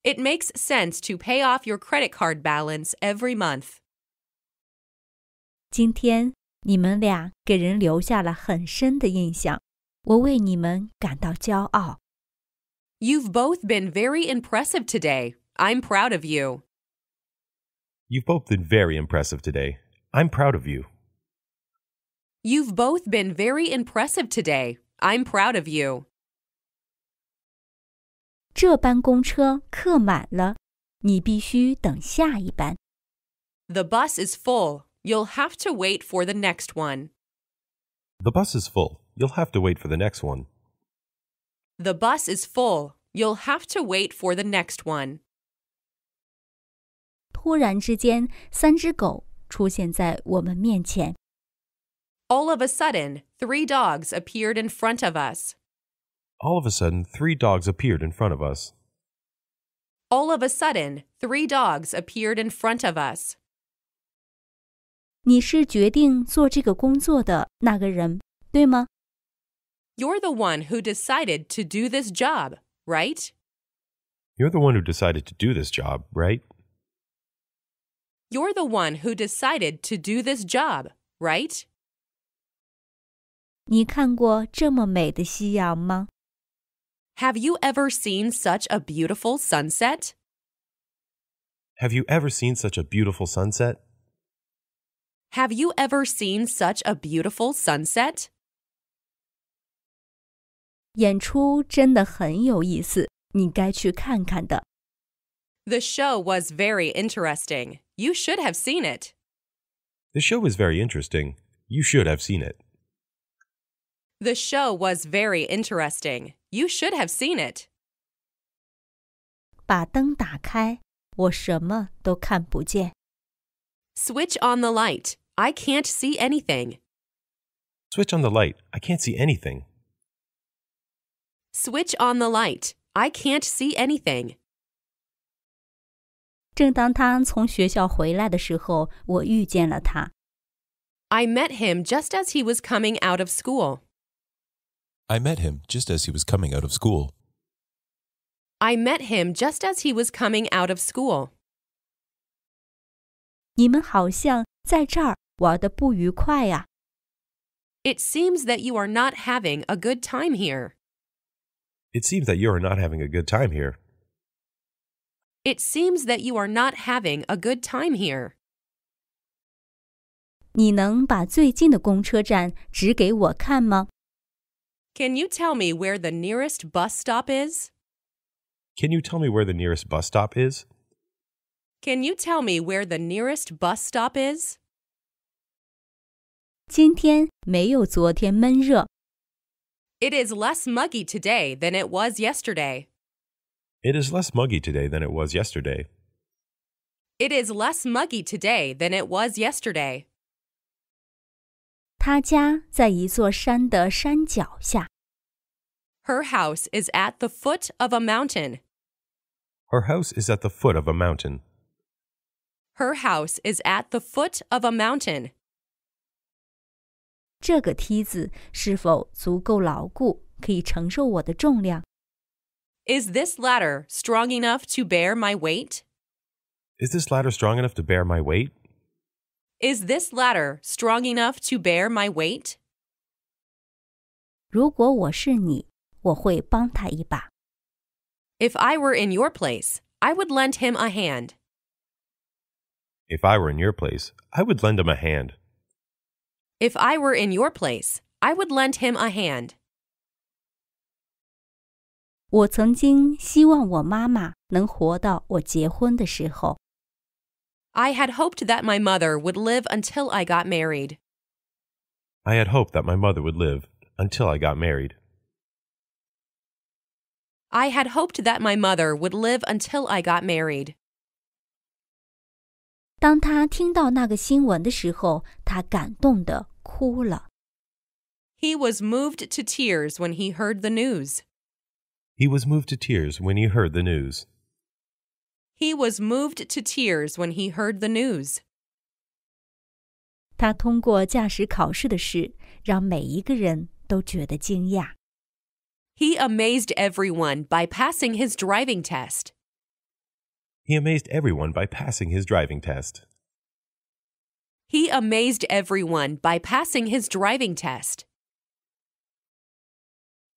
B: It makes sense to pay off your credit card balance every month.
A: 今天你们俩给人留下了很深的印象，我为你们感到骄傲。
B: You've both been very impressive today. I'm proud of you.
C: You've both been very impressive today. I'm proud of you.
B: You've both been very impressive today. I'm proud of you.
A: 这班公车客满了，你必须等下一班。
B: The bus is full. You'll have to wait for the next one.
C: The bus is full. You'll have to wait for the next one.
B: The bus is full. You'll have to wait for the next one.
A: 突然之间，三只狗出现在我们面前。
B: All of a sudden, three dogs appeared in front of us.
C: All of a sudden, three dogs appeared in front of us.
B: All of a sudden, three dogs appeared in front of us.
A: 你是决定做这个工作的那个人，对吗？
B: You're the one who decided to do this job, right?
C: You're the one who decided to do this job, right?
B: You're the one who decided to do this job, right?
A: 你看过这么美的夕阳吗？
B: Have you ever seen such a beautiful sunset?
C: Have you ever seen such a beautiful sunset?
B: Have you ever seen such a beautiful sunset?
A: 演出真的很有意思，你该去看看的。
B: The show was very interesting. You should have seen it.
C: The show is very interesting. You should have seen it.
B: The show was very interesting. You should have seen it.
A: 把灯打开，我什么都看不见。
B: Switch on the light. I can't see anything.
C: Switch on the light. I can't see anything.
B: Switch on the light. I can't see anything.
A: 正当他从学校回来的时候，我遇见了他。
B: I met him just as he was coming out of school.
D: I met him just as he was coming out of school.
B: I met him just as he was coming out of school.
A: 你们好像在这儿玩的不愉快啊呀、
B: It seems that you are not having a good time here.
C: It seems that you are not having a good time here.
B: It seems that you are not having a good time here.
A: 你能把最近的公车站指给我看吗？
B: Can you tell me where the nearest bus stop is?
C: Can you tell me where the nearest bus stop is?
B: Can you tell me where the nearest bus stop is?
A: 今天没有昨天闷热，
B: It is less muggy today than it was yesterday.
C: It is less muggy today than it was yesterday.
B: It is less muggy today than it was yesterday.
A: 他家在一座山的山脚下。
B: Her house is at the foot of a mountain.
C: Her house is at the foot of a mountain.
B: Her house is at the foot of a mountain.
A: 这个梯子是否足够牢固，可以承受我的重量？
B: Is this ladder strong enough to bear my weight?
C: Is this ladder strong enough to bear my weight?
B: Is this ladder strong enough to bear my weight?
A: 如果我是你，我会帮他一把。
B: If I were in your place, I would lend him a hand.
C: If I were in your place, I would lend him a hand.
B: If I were in your place, I would lend him a hand.
A: 我曾经希望我妈妈能活到我结婚的时候。
B: I had hoped that my mother would live until I got married.
C: I had hoped that my mother would live until I got married.
B: I had hoped that my mother would live until I got married.
A: 当他听到那个新闻的时候，他感动的哭了。
B: He was moved to tears when he heard the news.
C: He was moved to tears when he heard the news.
B: He was moved to tears when he heard the news.
A: 他通过驾驶考试的事，让每一个人都觉得惊讶。
B: He amazed everyone by passing his driving test.
C: He amazed everyone by passing his driving test.
B: He amazed everyone by passing his driving test.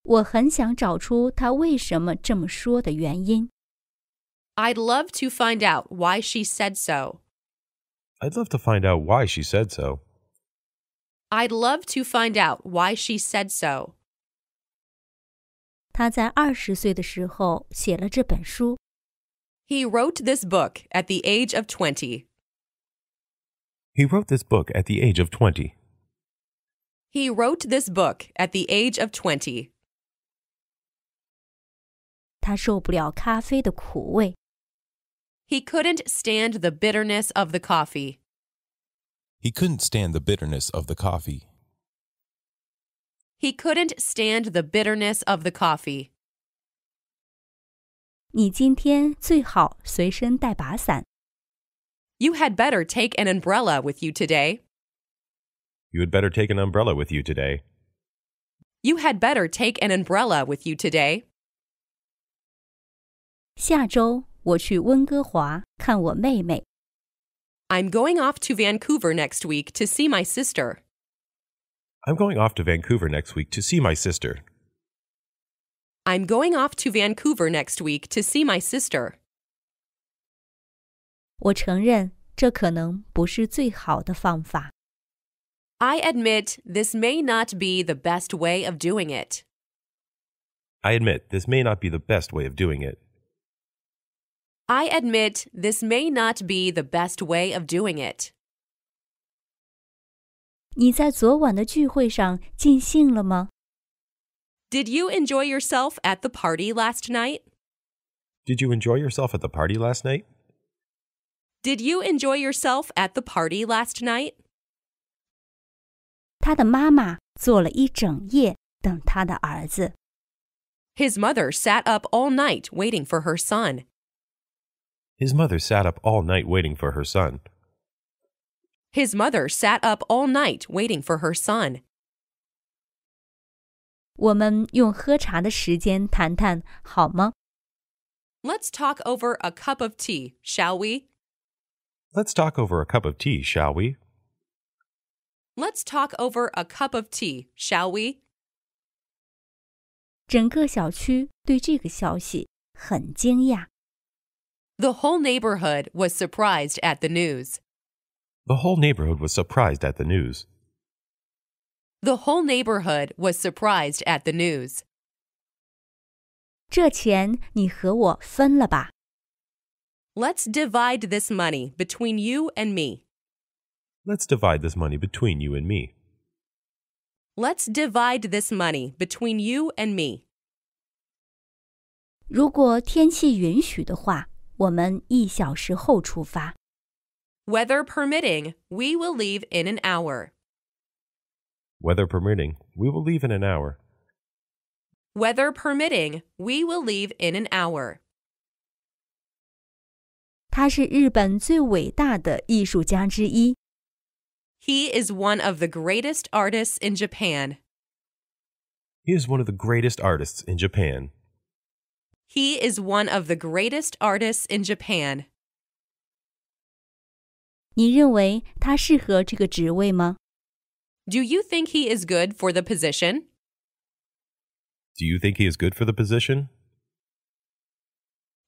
A: 我很想找出他为什么这么说的原因。
B: I'd love to find out why she said so.
C: I'd love to find out why she said so.
B: I'd love to find out why she said so.
A: 他在二十岁的时候写了这本书，
B: He wrote this book at the age of 20.
C: He wrote this book at the age of 20.
B: He wrote this book at the age of 20.
A: 他受不了咖啡的苦味，
B: He couldn't stand the bitterness of the coffee.
D: He couldn't stand the bitterness of the coffee.
B: He couldn't stand the bitterness of the coffee.
A: 你今天最好随身带把伞。
B: You had better take an umbrella with you today.
C: You had better take an umbrella with you today.
B: You had better take an umbrella with you today.
A: 下周我去温哥华看我妹妹，
B: I'm going off to Vancouver next week to see my sister.
C: I'm going off to Vancouver next week to see my sister.
B: I'm going off to Vancouver next week to see my sister.
A: 我承认这可能不是最好的方法，
B: I admit this may not be the best way of doing it.
C: I admit this may not be the best way of doing it.
B: I admit this may not be the best way of doing it.
A: 你在昨晚的聚会上尽兴了吗？
B: Did you enjoy yourself at the party last night?
C: Did you enjoy yourself at the party last night?
B: Did you enjoy yourself at the party last night?
A: 他的妈妈坐了一整夜等他的儿子。
B: His mother sat up all night waiting for her son.
C: His mother sat up all night waiting for her son.
B: His mother sat up all night waiting for her son.
A: 我们用喝茶的时间谈谈好吗？
B: Let's talk over a cup of tea, shall we?
C: Let's talk over a cup of tea, shall we?
B: Let's talk over a cup of tea, shall we?
A: 整个小区对这个消息很惊讶。
B: The whole neighborhood was surprised at the news.
C: The whole neighborhood was surprised at the news.
B: The whole neighborhood was surprised at the news.
A: 这钱你和我分了吧？
B: Let's divide this money between you and me.
C: Let's divide this money between you and me.
B: Let's divide this money between you and me.
A: 如果天气允许的话，我们一小时后出发。
B: Weather permitting, we will leave in an hour.
C: Weather permitting, we will leave in an hour.
B: Weather permitting, we will leave in an hour.
A: 他是日本最伟大的艺术家之一，
B: He is one of the greatest artists in Japan.
C: He is one of the greatest artists in Japan.
B: He is one of the greatest artists in Japan.
A: 你认为他适合这个职位吗？
B: Do you think he is good for the position?
C: Do you think he is good for the position?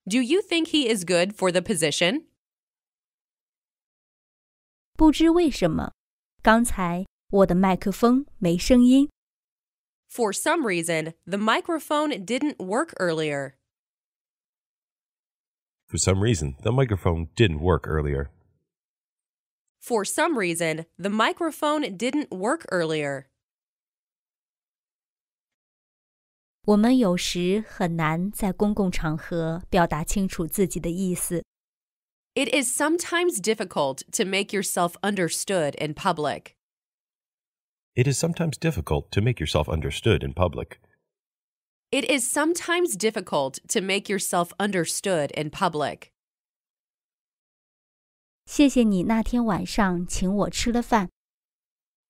B: Do you think he is good for the position?
A: 不知为什么，刚才我的麦克风没声音。
B: For some reason, the microphone didn't work earlier.
C: For some reason, the microphone didn't work earlier.
B: For some reason, the microphone didn't work earlier.
A: 我们有时很难在公共场合表达清楚自己的意思。
B: It is sometimes difficult to make yourself understood in public.
C: It is sometimes difficult to make yourself understood in public.
B: It is sometimes difficult to make yourself understood in public.
A: 谢谢你那天晚上请我吃了饭。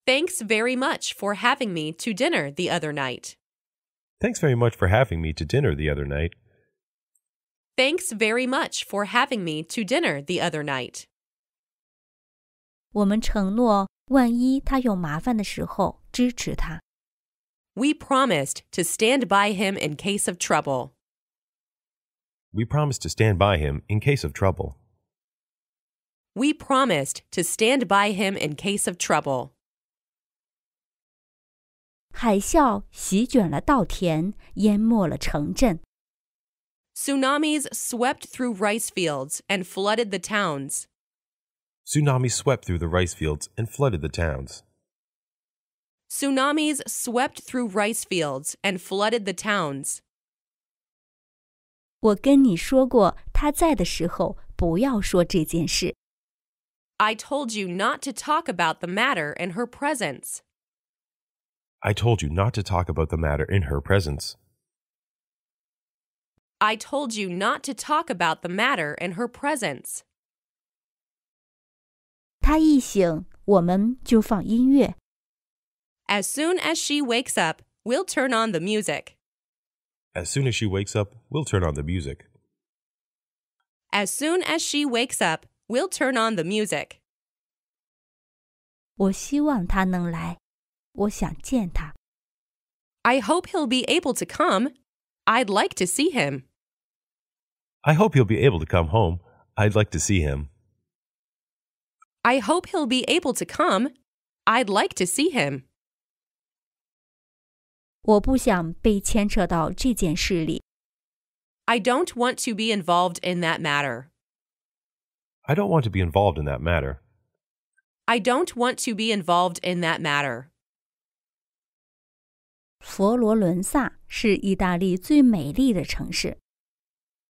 B: Thanks very much for having me to dinner the other night.
C: Thanks very much for having me to dinner the other night.
B: Thanks very much for having me to dinner the other night.
A: 我们承诺，万一他有麻烦的时候支持他。
B: We promised to stand by him in case of trouble.
C: We promised to stand by him in case of trouble.
B: We promised to stand by him in case of trouble.
A: 海啸席卷了稻田，淹没了城镇。
B: Tsunamis swept through rice fields and flooded the towns.
C: Tsunami swept through the rice fields and flooded the towns.
B: Tsunamis swept through rice fields and flooded the towns.
A: 我跟你说过，他在的时候不要说这件事。
B: I told you not to talk about the matter in her presence.
C: I told you not to talk about the matter in her presence.
B: I told you not to talk about the matter in her presence.
A: 他一醒，我们就放音乐。
B: As soon as she wakes up, we'll turn on the music.
C: As soon as she wakes up, we'll turn on the music.
B: As soon as she wakes up, we'll turn on the music.
A: 我希望他能来，我想见他。
B: I hope he'll be able to come. I'd like to see him.
C: I hope he'll be able to come home. I'd like to see him.
B: I hope he'll be able to come. I'd like to see him.
A: 我不想被牵扯到这件事里。
B: I don't want to be involved in that matter.
C: I don't want to be involved in that matter.
B: I don't want to be involved in that matter.
A: 佛罗伦萨是意大利最美丽的城市。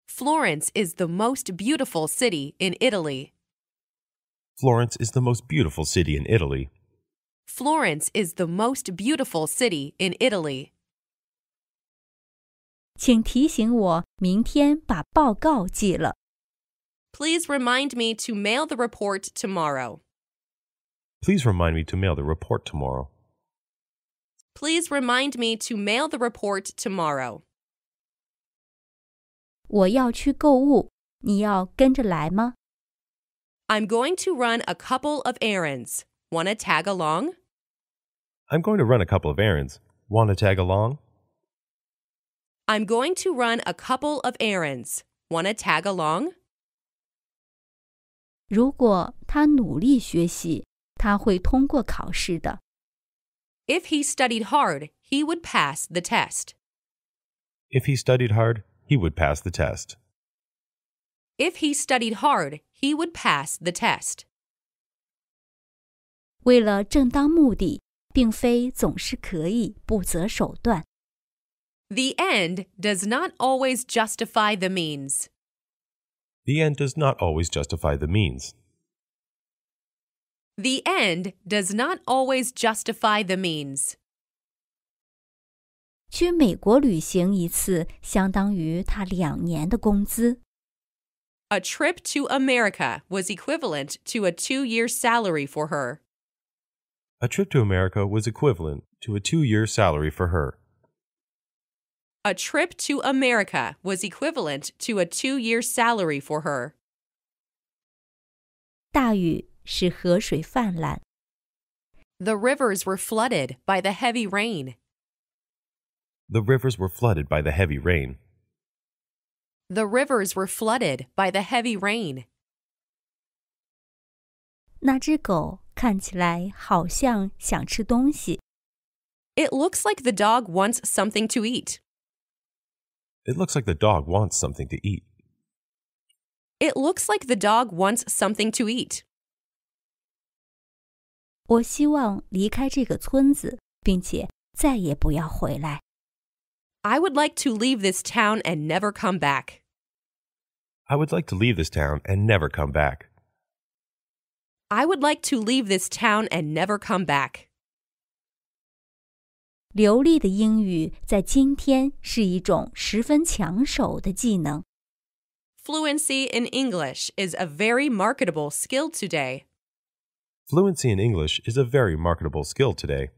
B: Florence is the most beautiful city in Italy.
C: Florence is the most beautiful city in Italy.
B: Florence is the most beautiful city in Italy.
A: 请提醒我明天把报告寄了。
B: Please remind me to mail the report tomorrow.
C: Please remind me to mail the report tomorrow.
B: Please remind me to mail the report tomorrow.
A: 我要去购物，你要跟着来吗？
B: I'm going to run a couple of errands. Wanna tag along?
C: I'm going to run a couple of errands. Want to tag along?
B: I'm going to run a couple of errands. Wanna tag along?
A: 如果他努力学习，他会通过考试的。
B: If he studied hard, he would pass the test.
C: If he studied hard, he would pass the test.
B: If he studied hard, he would pass the test.
A: 为了正当目的，并非总是可以不择手段。
B: The end does not always justify the means.
C: The end does not always justify the means.
B: The end does not always justify the means.
A: 去美国旅行一次，相当于他两年的工资。
B: A trip to America was equivalent to a two year salary for her.
C: A trip to America was equivalent to a two year salary for her.
B: A trip to America was equivalent to a two year salary for her.
A: 大雨使河水泛滥，
B: The rivers were flooded by the heavy rain.
C: The rivers were flooded by the heavy rain.
B: The rivers were flooded by the heavy rain.
A: 那只狗看起来好像想吃东西。
B: It looks like the dog wants something to eat.
C: It looks like the dog wants something to eat.
B: It looks like the dog wants something to eat.
A: 我希望离开这个村子，并且再也不要回来。
B: I would like to leave this town and never come back.
C: I would like to leave this town and never come back.
B: I would like to leave this town and never come back.
A: 流利的英语在今天是一种十分抢手的技能。
B: Fluency in English is a very marketable skill today.
C: Fluency in English is a very marketable skill today.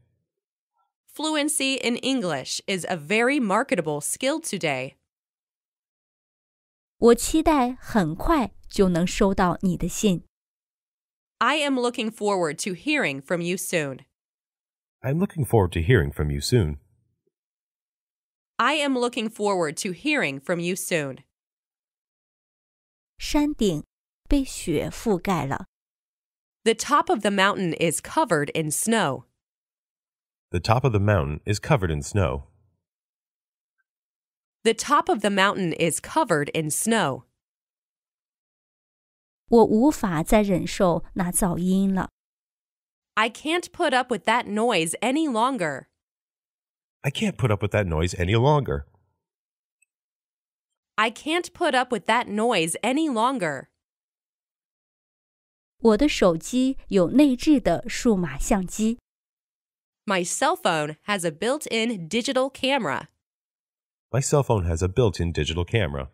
B: Fluency in English is a very marketable skill today.
A: 我期待很快就能收到你的信。
B: I am looking forward to hearing from you soon.
C: I'm looking forward to hearing from you soon.
B: I am looking forward to hearing from you soon.
A: 山顶被雪覆盖了，
B: The top of the mountain is covered in snow.
C: The top of the mountain is covered in snow.
B: The top of the mountain is covered in snow.
A: 我无法再忍受那噪音了。
B: I can't put up with that noise any longer.
C: I can't put up with that noise any longer.
B: I can't put up with that noise any longer.
A: 我的手机有内置的数码相机，
B: My cell phone has a built in digital camera.
C: My cell phone has a built in digital camera.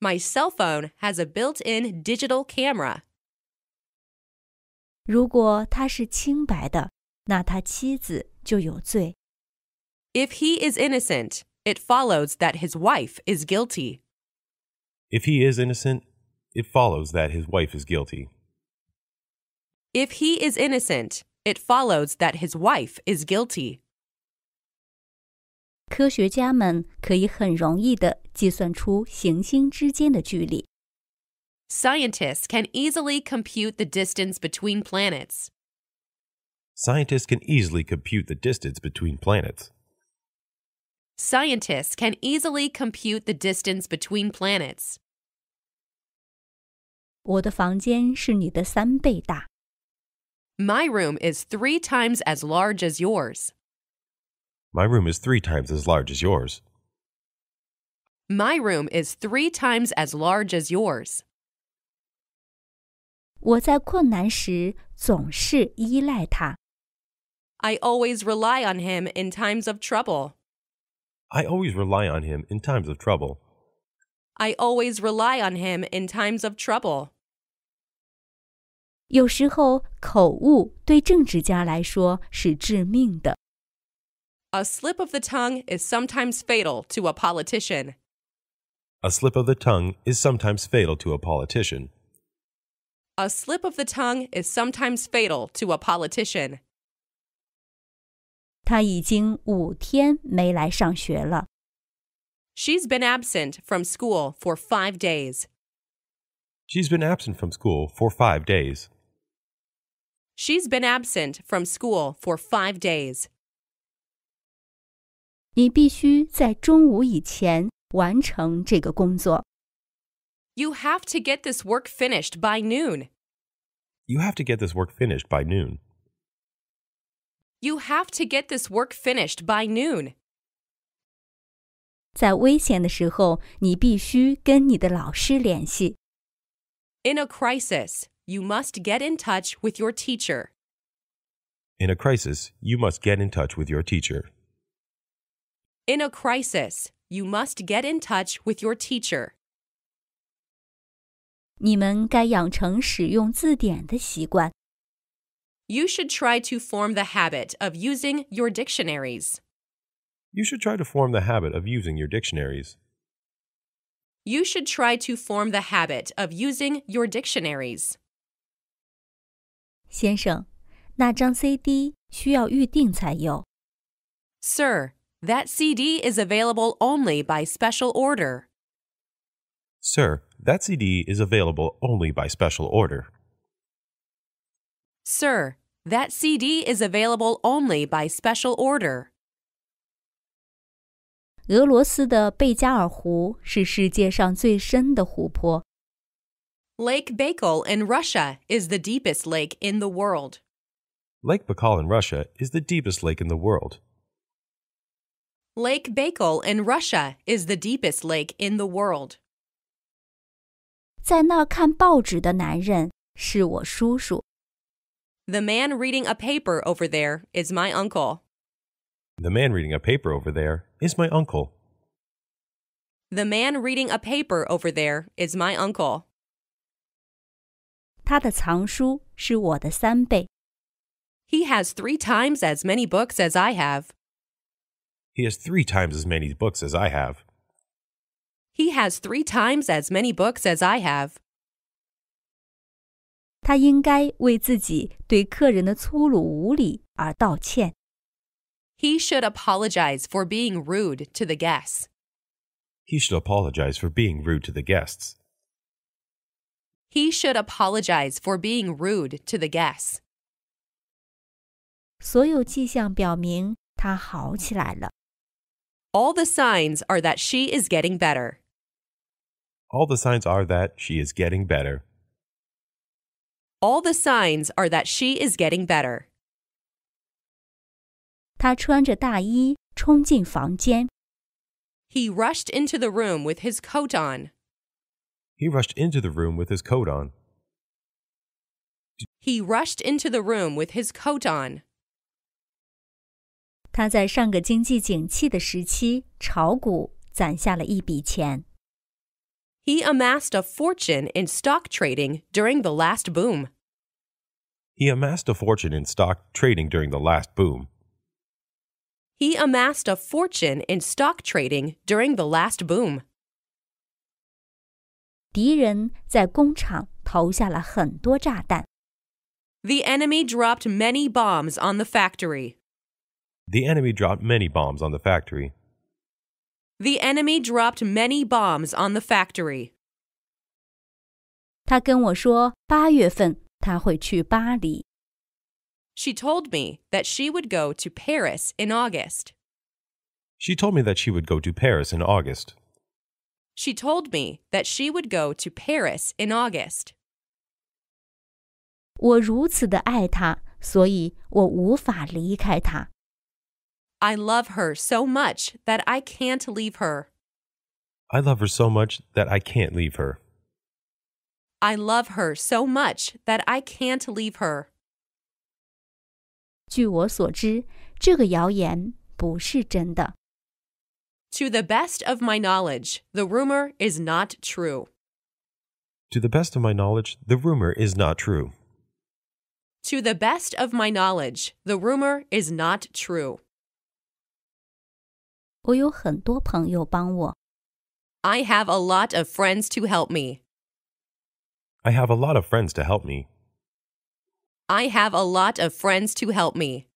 B: My cell phone has a built in digital camera.
A: 如果他是清白的，那他妻子就有罪。
B: If he is innocent, it follows that his wife is guilty.
C: If he is innocent, it follows that his wife is guilty.
B: If he is innocent, it follows that his wife is guilty.
A: 科学家们可以很容易地计算出行星之间的距离。
B: Scientists can easily compute the distance between planets.
C: Scientists can easily compute the distance between planets.
B: Scientists can easily compute the distance between planets.
A: 我的房间是你的三倍大，
B: My room is three times as large as yours.
C: My room is three times as large as yours.
B: My room is three times as large as yours.
A: 我在困难时总是依赖它。
B: I always rely on him in times of trouble.
C: I always rely on him in times of trouble.
B: I always rely on him in times of trouble.
A: 有时候口误对政治家来说是致命的。
B: A slip of the tongue is sometimes fatal to a politician.
C: A slip of the tongue is sometimes fatal to a politician.
B: A slip of the tongue is sometimes fatal to a politician.
A: 他已经五天没来上学了。
B: She's been absent from school for five days.
C: She's been absent from school for five days.
B: She's been absent from school for five days.
A: 你必须在中午以前完成这个工作。
B: You have to get this work finished by noon.
C: You have to get this work finished by noon.
B: You have to get this work finished by noon.
A: 在危险的时候，你必须跟你的老师联系。
B: In a crisis, you must get in touch with your teacher.
C: In a crisis, you must get in touch with your teacher.
B: In a crisis, you must get in touch with your teacher.
A: 你们该养成使用字典的习惯。
B: You should try to form the habit of using your dictionaries.
C: You should try to form the habit of using your dictionaries.
B: You should try to form the habit of using your dictionaries.
A: 先生，那张 CD 需要预定才有。
B: Sir, that CD is available only by special order.
C: Sir, that CD is available only by special order.
B: Sir, that CD is available only by special order.
A: 俄罗斯的贝加尔湖是世界上最深的湖泊，
B: Lake Baikal in Russia is the deepest lake in the world.
C: Lake Baikal in Russia is the deepest lake in the world.
B: Lake Baikal in Russia is the deepest lake in the world.
A: 在那儿看报纸的男人是我叔叔。
B: The man reading a paper over there is my uncle.
C: The man reading a paper over there is my uncle.
B: The man reading a paper over there is my uncle.
A: 他的藏书是我的三倍。
B: He has three times as many books as I have.
C: He has three times as many books as I have.
B: He has three times as many books as I have.
A: 他应该为自己对客人的粗鲁无礼而道歉。
B: He should apologize for being rude to the guests.
C: He should apologize for being rude to the guests.
B: He should apologize for being rude to the guests.
A: 所有迹象表明他好起来了。
B: All the signs are that she is getting better.
C: All the signs are that she is getting better.
B: All the signs are that she is getting better.
A: 他穿着大衣冲进房间。
B: He rushed into the room with his coat on.
C: He rushed into the room with his coat on.
B: He rushed into the room with his coat on.
A: 他在上个经济景气的时期炒股攒下了一笔钱。
B: He amassed a fortune in stock trading during the last boom.
C: He amassed a fortune in stock trading during the last boom.
B: He amassed a fortune in stock trading during the last boom.
A: 敌人在工厂投下了很多炸弹。
B: The enemy dropped many bombs on the factory.
C: The enemy dropped many bombs on the factory.
B: The enemy dropped many bombs on the factory.
A: 他跟我说，八月份他会去巴黎。
B: She told me that she would go to Paris in August.
C: She told me that she would go to Paris in August.
B: She told me that she would go to Paris in August.
A: 我如此的爱他，所以我无法离开他。
B: I love her so much that I can't leave her.
C: I love her so much that I can't leave her.
B: I love her so much that I can't leave her.
A: 据我所知，这个谣言不是真的。
B: To the best of my knowledge, the rumor is not true.
C: To the best of my knowledge, the rumor is not true.
B: To the best of my knowledge, the rumor is not true.
A: 我有很多朋友帮我，
B: I have a lot of friends to help me.
C: I have a lot of friends to help me.
B: I have a lot of friends to help me.